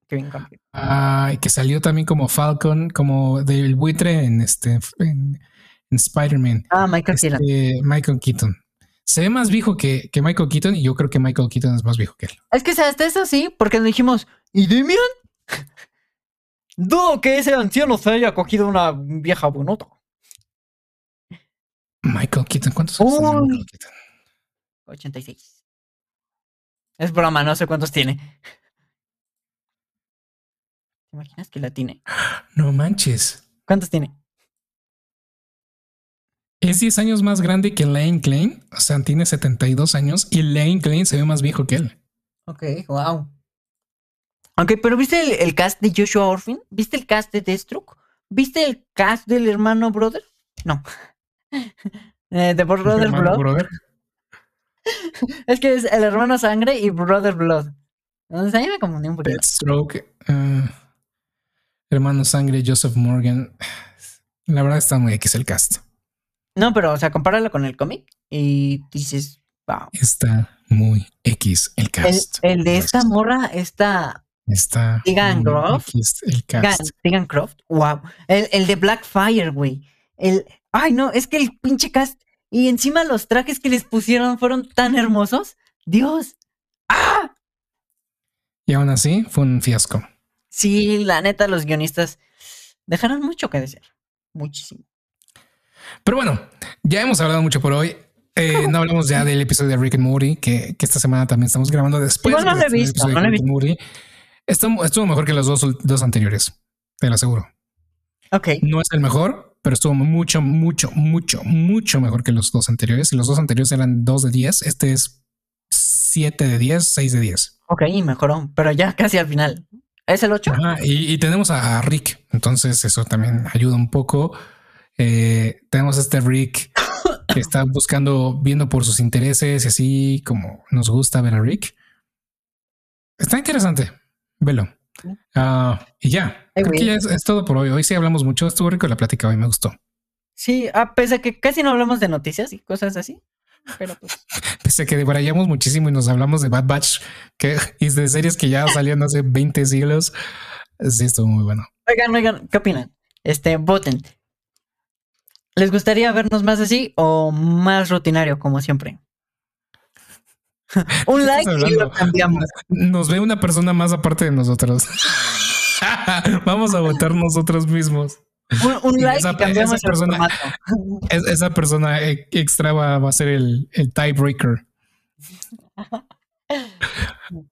Speaker 2: Kevin Conroy.
Speaker 3: Ay, que salió también como Falcon, como del buitre en este en, en Spider-Man.
Speaker 2: Ah, Michael Keaton.
Speaker 3: Este, Michael Keaton. Se ve más viejo que, que Michael Keaton y yo creo que Michael Keaton es más viejo que él.
Speaker 2: Es que o sea, hasta eso sí, porque le dijimos, ¿y Demian? Dudo que ese anciano se haya cogido una vieja bonota.
Speaker 3: Michael Keaton, ¿cuántos años tiene
Speaker 2: Uy.
Speaker 3: Michael Keaton?
Speaker 2: 86. Es broma, no sé cuántos tiene. ¿Te imaginas que la tiene?
Speaker 3: No manches.
Speaker 2: ¿Cuántos tiene?
Speaker 3: Es 10 años más grande que Lane Klein. O sea, tiene 72 años y Lane Klein se ve más viejo que él.
Speaker 2: Ok, wow. Ok, pero ¿viste el, el cast de Joshua Orphan? ¿Viste el cast de Deathstroke? ¿Viste el cast del hermano Brother? No. Eh, de Brother Blood.
Speaker 3: Hermano, brother.
Speaker 2: Es que es el hermano Sangre y Brother Blood. Entonces ahí me confundí un poquito.
Speaker 3: Deathstroke. eh, hermano Sangre, Joseph Morgan. La verdad está muy X el cast.
Speaker 2: No, pero, o sea, compáralo con el cómic y dices, wow.
Speaker 3: Está muy X el
Speaker 2: El,
Speaker 3: cast.
Speaker 2: el de esta morra, esta
Speaker 3: Está
Speaker 2: Digan,
Speaker 3: muy
Speaker 2: Groff.
Speaker 3: X el
Speaker 2: Gan-
Speaker 3: cast.
Speaker 2: Tegan Croft, wow. El, el de Blackfire, güey. El. Ay, no, es que el pinche cast. Y encima los trajes que les pusieron fueron tan hermosos. Dios. ¡Ah!
Speaker 3: Y aún así fue un fiasco.
Speaker 2: Sí, la neta, los guionistas dejaron mucho que desear. Muchísimo.
Speaker 3: Pero bueno, ya hemos hablado mucho por hoy. Eh, no hablamos ya del episodio de Rick and Morty, que, que esta semana también estamos grabando después.
Speaker 2: Igual no
Speaker 3: del
Speaker 2: lo he visto,
Speaker 3: episodio de
Speaker 2: no lo he
Speaker 3: Rick and Morty. Estuvo, estuvo mejor que los dos, dos anteriores, te lo aseguro.
Speaker 2: Ok.
Speaker 3: No es el mejor, pero estuvo mucho, mucho, mucho, mucho mejor que los dos anteriores. Y los dos anteriores eran 2 de 10, este es 7 de 10, 6 de 10.
Speaker 2: Ok, mejoró. Pero ya casi al final. ¿Es el 8?
Speaker 3: Ajá, y, y tenemos a Rick, entonces eso también ayuda un poco. Eh, tenemos a este Rick que está buscando, viendo por sus intereses y así como nos gusta ver a Rick. Está interesante, velo. Ah, y ya,
Speaker 2: Ay,
Speaker 3: creo que
Speaker 2: güey.
Speaker 3: ya es, es todo por hoy. Hoy sí hablamos mucho, estuvo rico la plática, hoy me gustó.
Speaker 2: Sí, ah, a pesar que casi no hablamos de noticias y cosas así. Pero pues.
Speaker 3: Pese a que debrayamos muchísimo y nos hablamos de Bad Batch que, y de series que ya salieron hace 20 siglos. Sí, estuvo muy bueno.
Speaker 2: Oigan, oigan, ¿qué opinan? Este, voten. ¿Les gustaría vernos más así o más rutinario, como siempre? Un
Speaker 3: estás
Speaker 2: like y lo
Speaker 3: hablando?
Speaker 2: cambiamos.
Speaker 3: Nos ve una persona más aparte de nosotros. Vamos a votar nosotros mismos.
Speaker 2: Un, un
Speaker 3: Y
Speaker 2: like
Speaker 3: esa-
Speaker 2: y cambiamos
Speaker 3: esa
Speaker 2: el
Speaker 3: persona-
Speaker 2: formato.
Speaker 3: Es- esa persona e- extra va, va a ser el, el tiebreaker.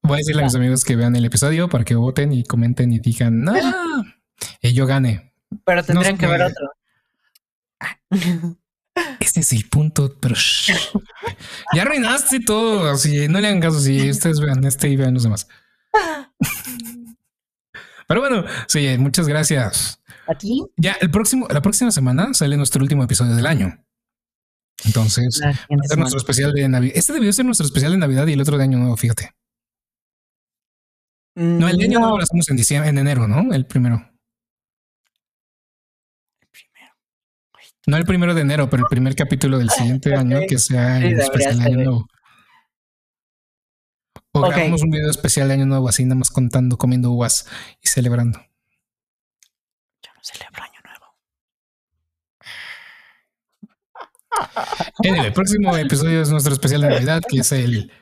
Speaker 3: Voy a decirle a mis amigos que vean el episodio para que voten y comenten y digan, no, y yo gane.
Speaker 2: Pero tendrían
Speaker 3: sé.
Speaker 2: que ver otro.
Speaker 3: Este es el punto, pero shh. ya arruinaste todo. Así no le hagan caso. Si ustedes vean este y vean los demás. Pero bueno, sí, muchas gracias.
Speaker 2: ¿A ti?
Speaker 3: Ya el próximo, la próxima semana sale nuestro último episodio del año. Entonces, va
Speaker 2: La siguiente
Speaker 3: Pues, a ser nuestro
Speaker 2: semana.
Speaker 3: especial de Navidad. Este debió ser nuestro especial de Navidad y el otro de Año Nuevo, fíjate. No, el de Año
Speaker 2: Mm, No,
Speaker 3: Nuevo lo hacemos en diciembre, en enero, ¿no? El primero. No el primero de enero, pero el primer capítulo del siguiente año
Speaker 2: Ok.
Speaker 3: que sea
Speaker 2: Sí,
Speaker 3: el
Speaker 2: debería
Speaker 3: especial de
Speaker 2: ser,
Speaker 3: Año
Speaker 2: eh.
Speaker 3: Nuevo. O
Speaker 2: Ok.
Speaker 3: grabamos un video especial de Año Nuevo, así nada más contando, comiendo uvas y celebrando.
Speaker 2: yo no celebro Año Nuevo.
Speaker 3: Anyway, el próximo episodio es nuestro especial de Navidad, que es el.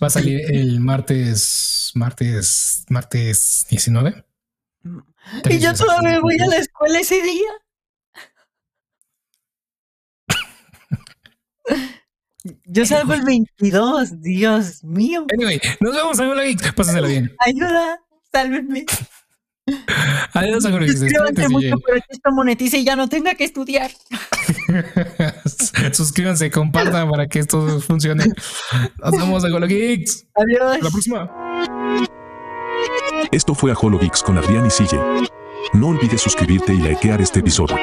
Speaker 3: Va a salir el martes, martes, martes 19.
Speaker 2: Y yo todavía voy a la escuela ese día. Yo salgo el 22, Dios mío.
Speaker 3: Anyway, nos vemos, Angolo Geeks. Pásaselo bien.
Speaker 2: Ayuda, sálvenme.
Speaker 3: Adiós, Angolo Geeks.
Speaker 2: Suscríbanse
Speaker 3: Despídete,
Speaker 2: mucho para que esto monetice y ya no tenga que estudiar.
Speaker 3: DJ. Suscríbanse, compartan para que esto funcione. Nos vemos, Angolo Geeks.
Speaker 2: Adiós.
Speaker 3: Hasta la próxima.
Speaker 1: Esto fue a Geeks con Adrián y CJ. No olvides suscribirte y likear este episodio.